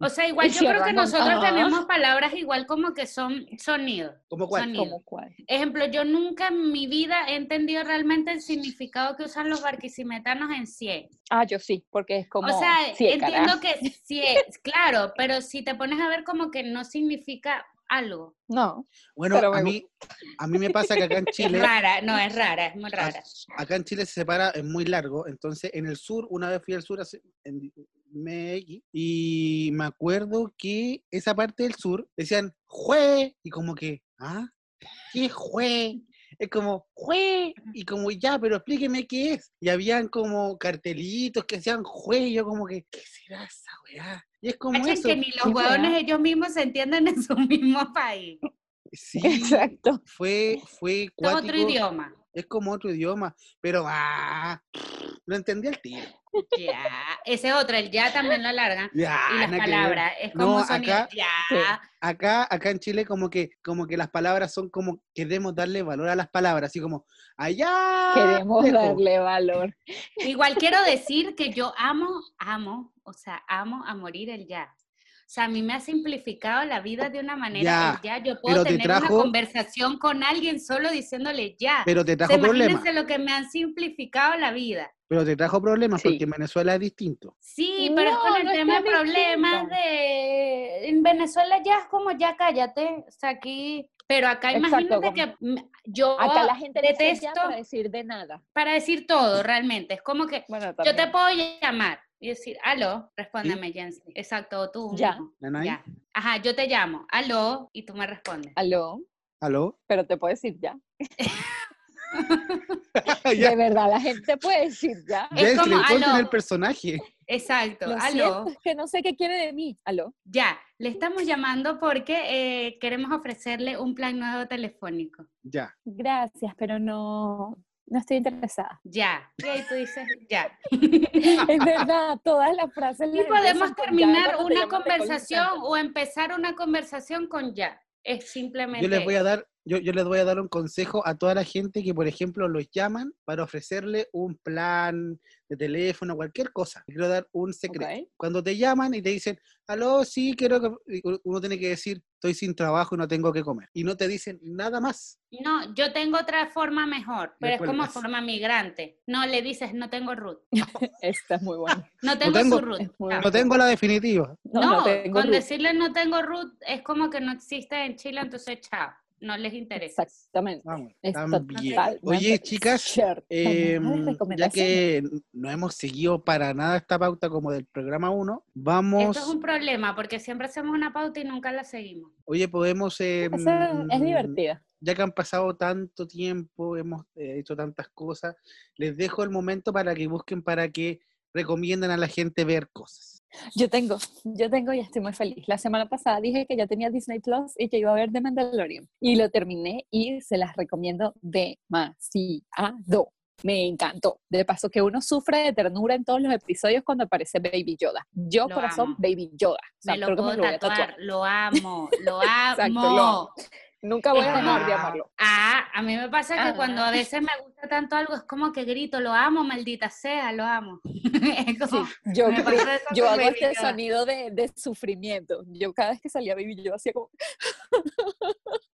Speaker 2: O sea, igual
Speaker 3: Y
Speaker 2: yo creo que
Speaker 3: cierran con,
Speaker 2: nosotros
Speaker 3: "Ah".
Speaker 2: tenemos palabras igual como que son sonidos.
Speaker 1: ¿Cómo cuál?
Speaker 2: Sonido.
Speaker 3: ¿Cómo cuál?
Speaker 2: Ejemplo, yo nunca en mi vida he entendido realmente el significado que usan los barquisimetanos en CIE.
Speaker 3: Ah, yo sí, porque es como.
Speaker 2: o sea,
Speaker 3: sí,
Speaker 2: entiendo
Speaker 3: carajo.
Speaker 2: que CIE, claro, pero si te pones a ver como que no significa algo.
Speaker 3: No.
Speaker 1: Bueno,
Speaker 3: Pero
Speaker 1: a
Speaker 3: me
Speaker 1: mí, a mí me pasa que acá en
Speaker 2: Es
Speaker 1: Chile,
Speaker 2: rara, no, es rara, es muy rara.
Speaker 1: acá en Chile se separa, es muy largo. Entonces, en el sur, una vez fui al sur hace- en MX, y me acuerdo que esa parte del sur decían jue y como que, ¿ah? ¿Qué es jue? Es como, jue, y como, ya, pero explíqueme qué es. Y habían como cartelitos que decían jue, y yo como que, ¿qué será esa weá? Y es como
Speaker 2: Cachan
Speaker 1: eso.
Speaker 2: que ni los
Speaker 3: Sí, ¿verdad?
Speaker 2: huevones ellos mismos se entienden en su mismo país.
Speaker 1: Sí,
Speaker 3: Exacto.
Speaker 1: fue, fue
Speaker 2: Es otro
Speaker 1: cuático.
Speaker 2: idioma.
Speaker 1: Es como otro idioma, pero ah, lo entendí al tiro.
Speaker 2: Ya. Ese es otro, el ya también lo alargan.
Speaker 1: Ya,
Speaker 2: Y las
Speaker 1: nada que ver.
Speaker 2: palabras, es como
Speaker 1: No,
Speaker 2: un sonido.
Speaker 1: acá-
Speaker 2: ya.
Speaker 1: Acá, acá en Chile como que, como que las palabras son como queremos darle valor a las palabras, así como
Speaker 2: Ah,
Speaker 1: allá.
Speaker 3: Queremos
Speaker 1: lejos".
Speaker 3: darle valor.
Speaker 2: Igual quiero decir que yo amo, amo, o sea, amo a morir el ya. O sea, a mí me ha simplificado la vida de una manera. Ya, ya yo
Speaker 1: pero
Speaker 2: puedo
Speaker 1: te
Speaker 2: tener
Speaker 1: trajo-
Speaker 2: una conversación con alguien solo diciéndole ya.
Speaker 1: Pero te
Speaker 2: O
Speaker 1: trajo
Speaker 2: sea,
Speaker 1: problemas,
Speaker 2: imagínense lo que me han simplificado la vida.
Speaker 1: pero te trajo problemas
Speaker 3: Sí.
Speaker 1: porque en Venezuela es distinto.
Speaker 2: Sí, pero es
Speaker 3: No,
Speaker 2: con el
Speaker 3: no
Speaker 2: tema de
Speaker 3: está
Speaker 2: problemas
Speaker 3: distinto.
Speaker 2: de... En Venezuela ya es como ya cállate, o sea, aquí... Pero acá
Speaker 3: Exacto,
Speaker 2: imagínate
Speaker 3: como-
Speaker 2: que mm, yo
Speaker 3: Acá la gente dice ya
Speaker 2: detesto-
Speaker 3: para decir de nada.
Speaker 2: para decir todo realmente, es como que
Speaker 3: Bueno,
Speaker 2: yo te
Speaker 3: también.
Speaker 2: puedo llamar y decir, aló, respóndeme, Jensen. Exacto, o tú.
Speaker 3: Ya.
Speaker 2: mismo.
Speaker 1: ¿Nanay?
Speaker 2: Ya. Ajá, yo te llamo, aló, y tú me respondes.
Speaker 3: Aló,
Speaker 1: ¿Aló?
Speaker 3: pero te puedo decir ya.
Speaker 1: Ya,
Speaker 3: De verdad, la gente puede decir ya.
Speaker 2: Es
Speaker 1: Jess,
Speaker 2: como,
Speaker 1: le encuentran
Speaker 2: "Aló".
Speaker 1: el personaje.
Speaker 2: Exacto,
Speaker 3: Lo
Speaker 2: aló.
Speaker 3: siento, es que no sé qué quiere de mí. Aló.
Speaker 2: Ya, le estamos llamando porque eh, queremos ofrecerle un plan nuevo telefónico.
Speaker 1: Ya.
Speaker 3: Gracias, pero no, no estoy interesada.
Speaker 2: Ya. Y ahí tú dices, ya.
Speaker 3: Es verdad, todas las frases.
Speaker 2: Y podemos terminar una conversación o empezar una conversación con ya. Es simplemente.
Speaker 1: Yo les voy a dar, yo, yo les voy a dar un consejo a toda la gente que, por ejemplo, los llaman para ofrecerle un plan de teléfono, cualquier cosa. Les Quiero dar un secreto.
Speaker 3: Ok.
Speaker 1: Cuando te llaman y te dicen, aló, sí, quiero que... y u- Uno tiene que decir, estoy sin trabajo y no tengo que comer. Y no te dicen nada más.
Speaker 2: No, yo tengo otra forma mejor, pero es como
Speaker 1: cuelgas.
Speaker 2: forma migrante. No le dices, no tengo root.
Speaker 3: Esta es muy buena.
Speaker 2: No tengo,
Speaker 1: tengo-
Speaker 2: su root.
Speaker 3: muy
Speaker 2: Ah,
Speaker 1: No tengo la definitiva.
Speaker 3: No,
Speaker 2: No,
Speaker 3: no, tengo
Speaker 2: con
Speaker 3: luz.
Speaker 2: decirle no tengo root es como que no existe en Chile, entonces chao, no les interesa.
Speaker 3: Exactamente.
Speaker 1: Vamos,
Speaker 3: Es
Speaker 1: también.
Speaker 3: total-
Speaker 1: Oye, chicas,
Speaker 3: cierto.
Speaker 1: Eh,
Speaker 3: Manual de
Speaker 1: ya
Speaker 3: recomendaciones.
Speaker 1: que no hemos seguido para nada esta pauta como del programa 1, vamos,
Speaker 2: Esto es un problema porque siempre hacemos una pauta y nunca la seguimos.
Speaker 1: oye, podemos... eh,
Speaker 3: Eso es- es
Speaker 1: mm,
Speaker 3: divertida.
Speaker 1: Ya que han pasado tanto tiempo, hemos eh, hecho tantas cosas, les dejo el momento para que busquen, para que recomienden a la gente ver cosas.
Speaker 3: Yo tengo, yo tengo y estoy muy feliz. La semana pasada dije que ya tenía Disney Plus y que iba a ver The Mandalorian. Y lo terminé y se las recomiendo demasiado. Me encantó. De paso que uno sufre de ternura en todos los episodios cuando aparece Baby Yoda. Yo,
Speaker 2: Lo
Speaker 3: corazón,
Speaker 2: amo.
Speaker 3: Baby Yoda. O sea,
Speaker 2: me lo
Speaker 3: creo que
Speaker 2: puedo
Speaker 3: me lo voy a
Speaker 2: tatuar.
Speaker 3: tatuar.
Speaker 2: lo amo, lo
Speaker 3: Exacto, lo
Speaker 2: amo.
Speaker 3: amo. Nunca voy a
Speaker 2: Ah.
Speaker 3: dejar de amarlo.
Speaker 2: Ah, a mí me pasa que
Speaker 3: Ah.
Speaker 2: cuando a veces me gusta tanto algo es como que grito, lo amo, maldita sea, lo amo. Es como-
Speaker 3: Yo,
Speaker 2: me
Speaker 3: creo-
Speaker 2: pasa eso
Speaker 3: yo
Speaker 2: con
Speaker 3: hago
Speaker 2: Baby
Speaker 3: este
Speaker 2: Yoda.
Speaker 3: sonido de, de sufrimiento. Yo cada vez que salía Baby Yoda hacía como...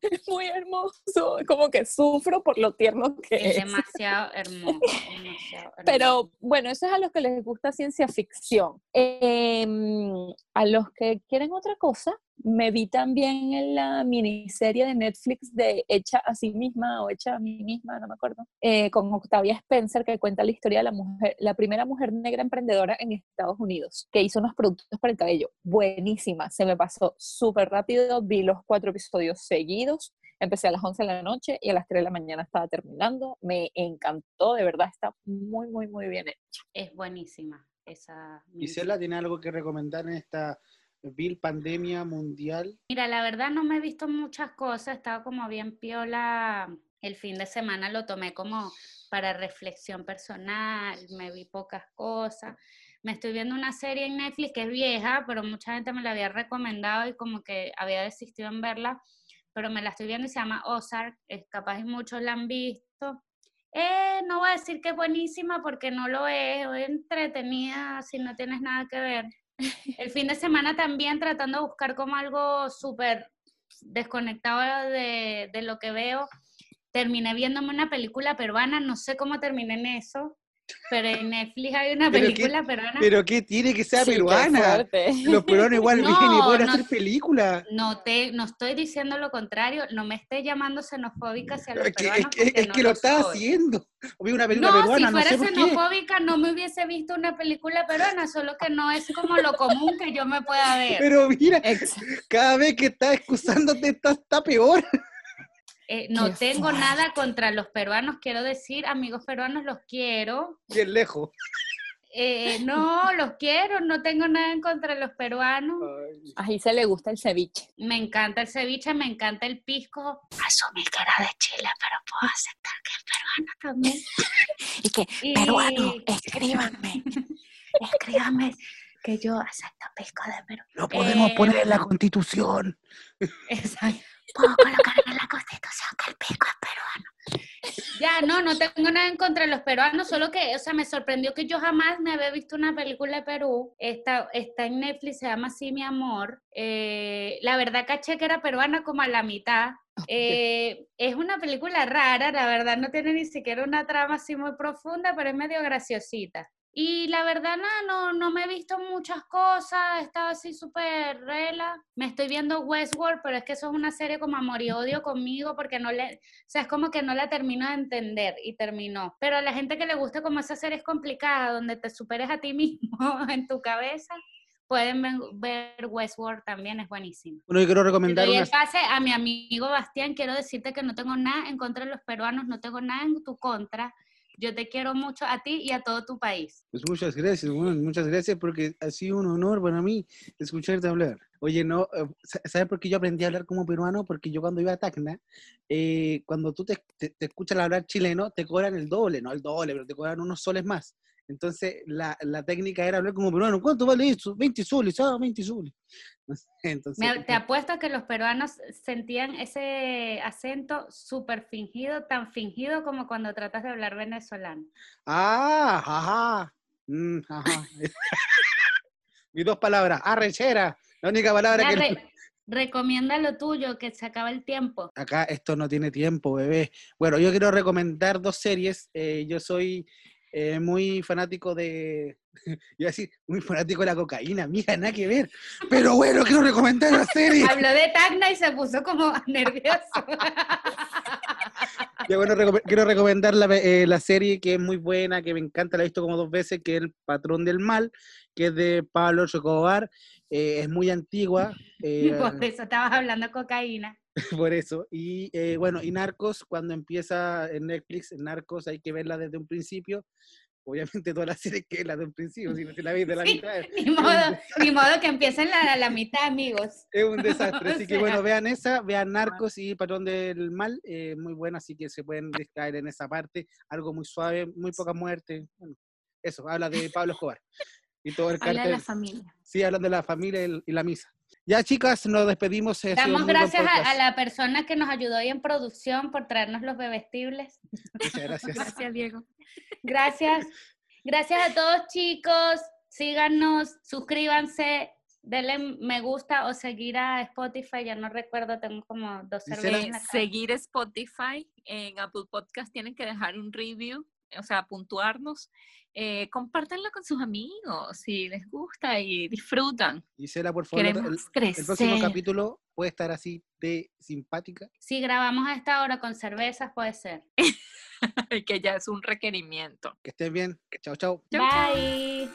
Speaker 3: es muy hermoso. Como que sufro por lo tierno que
Speaker 2: Es
Speaker 3: es.
Speaker 2: demasiado hermoso. demasiado hermoso.
Speaker 3: Pero bueno, eso es a los que les gusta ciencia ficción. Em, a los que quieren otra cosa, me vi también en la miniserie de Netflix de Hecha a sí misma o Hecha a mí misma, no me acuerdo, eh, con Octavia Spencer que cuenta la historia de la mujer, la primera mujer negra emprendedora en Estados Unidos, que hizo unos productos para el cabello. Buenísima, se me pasó súper rápido, vi los cuatro episodios seguidos. Empecé a las 11 de la noche y a las 3 de la mañana estaba terminando. Me encantó, de verdad, está muy, muy, muy bien hecho.
Speaker 2: es buenísima esa.
Speaker 1: Gisela tiene algo que recomendar en esta vil pandemia mundial.
Speaker 2: Mira, la verdad no me he visto muchas cosas, estaba como bien piola el fin de semana, lo tomé como para reflexión personal, me vi pocas cosas. Me estoy viendo una serie en Netflix que es vieja, pero mucha gente me la había recomendado y como que había desistido en verla, pero me la estoy viendo y se llama Ozark, es capaz y muchos la han visto. Eh, no voy a decir que es buenísima porque no lo es, es entretenida si no tienes nada que ver. El fin de semana también tratando de buscar como algo súper desconectado de, de lo que veo. Terminé viéndome una película peruana, no sé cómo terminé en eso, pero en Netflix hay una
Speaker 1: Pero qué-
Speaker 2: película peruana.
Speaker 1: Pero qué tiene que ser
Speaker 3: Sí, qué
Speaker 1: peruana.
Speaker 3: fuerte.
Speaker 1: Los peruanos igual
Speaker 2: No,
Speaker 1: vienen y pueden
Speaker 2: no.
Speaker 1: hacer películas.
Speaker 2: No, te, no estoy diciendo lo contrario, no me esté llamando xenofóbica hacia los
Speaker 1: Es que, es
Speaker 2: peruanos.
Speaker 1: que-
Speaker 2: porque
Speaker 1: es
Speaker 2: no
Speaker 1: que lo está
Speaker 2: soy.
Speaker 1: haciendo. Vi una película
Speaker 2: No,
Speaker 1: peruana,
Speaker 2: si
Speaker 1: no
Speaker 2: fuera
Speaker 1: sé por qué.
Speaker 2: xenofóbica no me hubiese visto una película peruana, solo que no es como lo común que yo me pueda ver.
Speaker 1: Pero mira,
Speaker 3: Ex-
Speaker 1: cada vez que está excusándote está, está peor.
Speaker 2: Eh, no
Speaker 3: Qué
Speaker 2: tengo nada contra los peruanos, quiero decir, amigos peruanos, los quiero.
Speaker 1: Bien lejos.
Speaker 2: Eh, no, los quiero, no tengo nada en contra de los peruanos.
Speaker 1: Ay,
Speaker 3: A Gise le gusta el ceviche.
Speaker 2: Me encanta el ceviche, me encanta el pisco. Asumí que era de Chile, pero puedo aceptar que es peruano también.
Speaker 5: Y que,
Speaker 2: Y-
Speaker 5: peruano, escríbanme. Escríbanme que yo acepto pisco de Perú.
Speaker 1: Lo podemos
Speaker 2: Eh,
Speaker 1: poner en la constitución.
Speaker 2: Exacto.
Speaker 5: Puedo colocar en la constitución que el pisco es peruano.
Speaker 2: Ya, no, no tengo nada en contra de los peruanos, solo que, o sea, me sorprendió que yo jamás me había visto una película de Perú. Está, está en Netflix, se llama Así mi amor. Eh, la verdad caché que era peruana como a la mitad. Eh, es una película rara, la verdad no tiene ni siquiera una trama así muy profunda, pero es medio graciosita. Y la verdad, nada, no, no me he visto muchas cosas, he estado así súper rela. Me estoy viendo Westworld, pero es que eso es una serie como amor y odio conmigo porque no le, o sea, es como que no la termino de entender y terminó. Pero a la gente que le gusta como esa serie es complicada, donde te superes a ti mismo en tu cabeza, pueden ven- ver Westworld también, es buenísimo.
Speaker 1: Bueno, yo quiero
Speaker 2: Le
Speaker 1: recomendar
Speaker 2: doy
Speaker 1: una
Speaker 2: el pase a mi amigo Bastián, quiero decirte que no tengo nada en contra de los peruanos, no tengo nada en tu contra. Yo te quiero mucho a ti y a todo tu país.
Speaker 1: Pues muchas gracias, bueno, muchas gracias porque ha sido un honor para mí escucharte hablar. Oye, no, eh, sa- ¿sabes por qué yo aprendí a hablar como peruano? Porque yo cuando iba a Tacna, eh, cuando tú te, te- te escuchas hablar chileno, te cobran el doble, no el doble, pero te cobran unos soles más. Entonces, la, la técnica era hablar como peruano. ¿Cuánto vale eso? 20 soles, ah, 20 soles. Entonces,
Speaker 2: Me- te apuesto que los peruanos sentían ese acento súper fingido, tan fingido como cuando tratas de hablar venezolano.
Speaker 1: Ah, ajá. Mm, ajá. Mis dos palabras. Arrechera. La única palabra
Speaker 2: Ya,
Speaker 1: que.
Speaker 2: re- recomienda lo tuyo, que se acaba el tiempo.
Speaker 1: Acá esto no tiene tiempo, bebé. Bueno, yo quiero recomendar dos series. Eh, yo soy eh, muy fanático de. Iba a decir, muy fanático de la cocaína, mija, nada que ver. Pero bueno, quiero recomendar una serie.
Speaker 2: Habló de Tacna y se puso como nervioso.
Speaker 1: Ya, bueno, recome- quiero recomendar la, ve- eh, la serie que es muy buena, que me encanta, la he visto como dos veces, que es El Patrón del Mal, que es de Pablo Chocobar. Eh, es muy antigua. eh,
Speaker 2: Por eso estabas hablando cocaína.
Speaker 1: Por eso. Y eh, bueno, y Narcos, cuando empieza en Netflix, Narcos hay que verla desde un principio. Obviamente todas las series que la de un principio, si no te la ves de la
Speaker 2: Sí.
Speaker 1: mitad, es-
Speaker 2: Ni modo, ni modo que empiecen la, la mitad, amigos.
Speaker 1: es un desastre.
Speaker 2: O
Speaker 1: Así que
Speaker 2: sea.
Speaker 1: bueno, vean esa, vean Narcos y Patrón del Mal, eh, muy buena, así que se pueden distraer en esa parte. Algo muy suave, muy poca muerte. Bueno, eso, habla de Pablo Escobar. Y todo el
Speaker 5: Habla de
Speaker 1: cartel.
Speaker 5: la familia.
Speaker 1: Sí, hablan de la familia y el- y la misa. Ya chicas, nos despedimos. eh, ha sido
Speaker 2: Damos
Speaker 1: un muy buen
Speaker 2: gracias a, a
Speaker 1: podcast.
Speaker 2: la persona que nos ayudó hoy en producción por traernos los bebestibles.
Speaker 1: Muchas gracias.
Speaker 5: Gracias, Diego.
Speaker 2: Gracias. Gracias a todos, chicos. Síganos, suscríbanse, denle me gusta o seguir a Spotify. Ya no recuerdo, tengo como dos
Speaker 1: Gisela.
Speaker 2: cervezas. en
Speaker 5: Eh,
Speaker 2: la cara.
Speaker 5: seguir Spotify en Apple Podcast tienen que dejar un review, o sea, puntuarnos. Eh, compártanlo con sus amigos si les gusta y disfrutan.
Speaker 1: Gisela, por favor,
Speaker 5: Queremos
Speaker 1: el-
Speaker 5: crecer.
Speaker 1: El próximo capítulo puede estar así de simpática.
Speaker 2: Si grabamos a esta hora con cervezas, puede ser.
Speaker 5: que ya es un requerimiento.
Speaker 1: Que estén bien. Chao, chao.
Speaker 5: Chau, chau.
Speaker 2: Bye.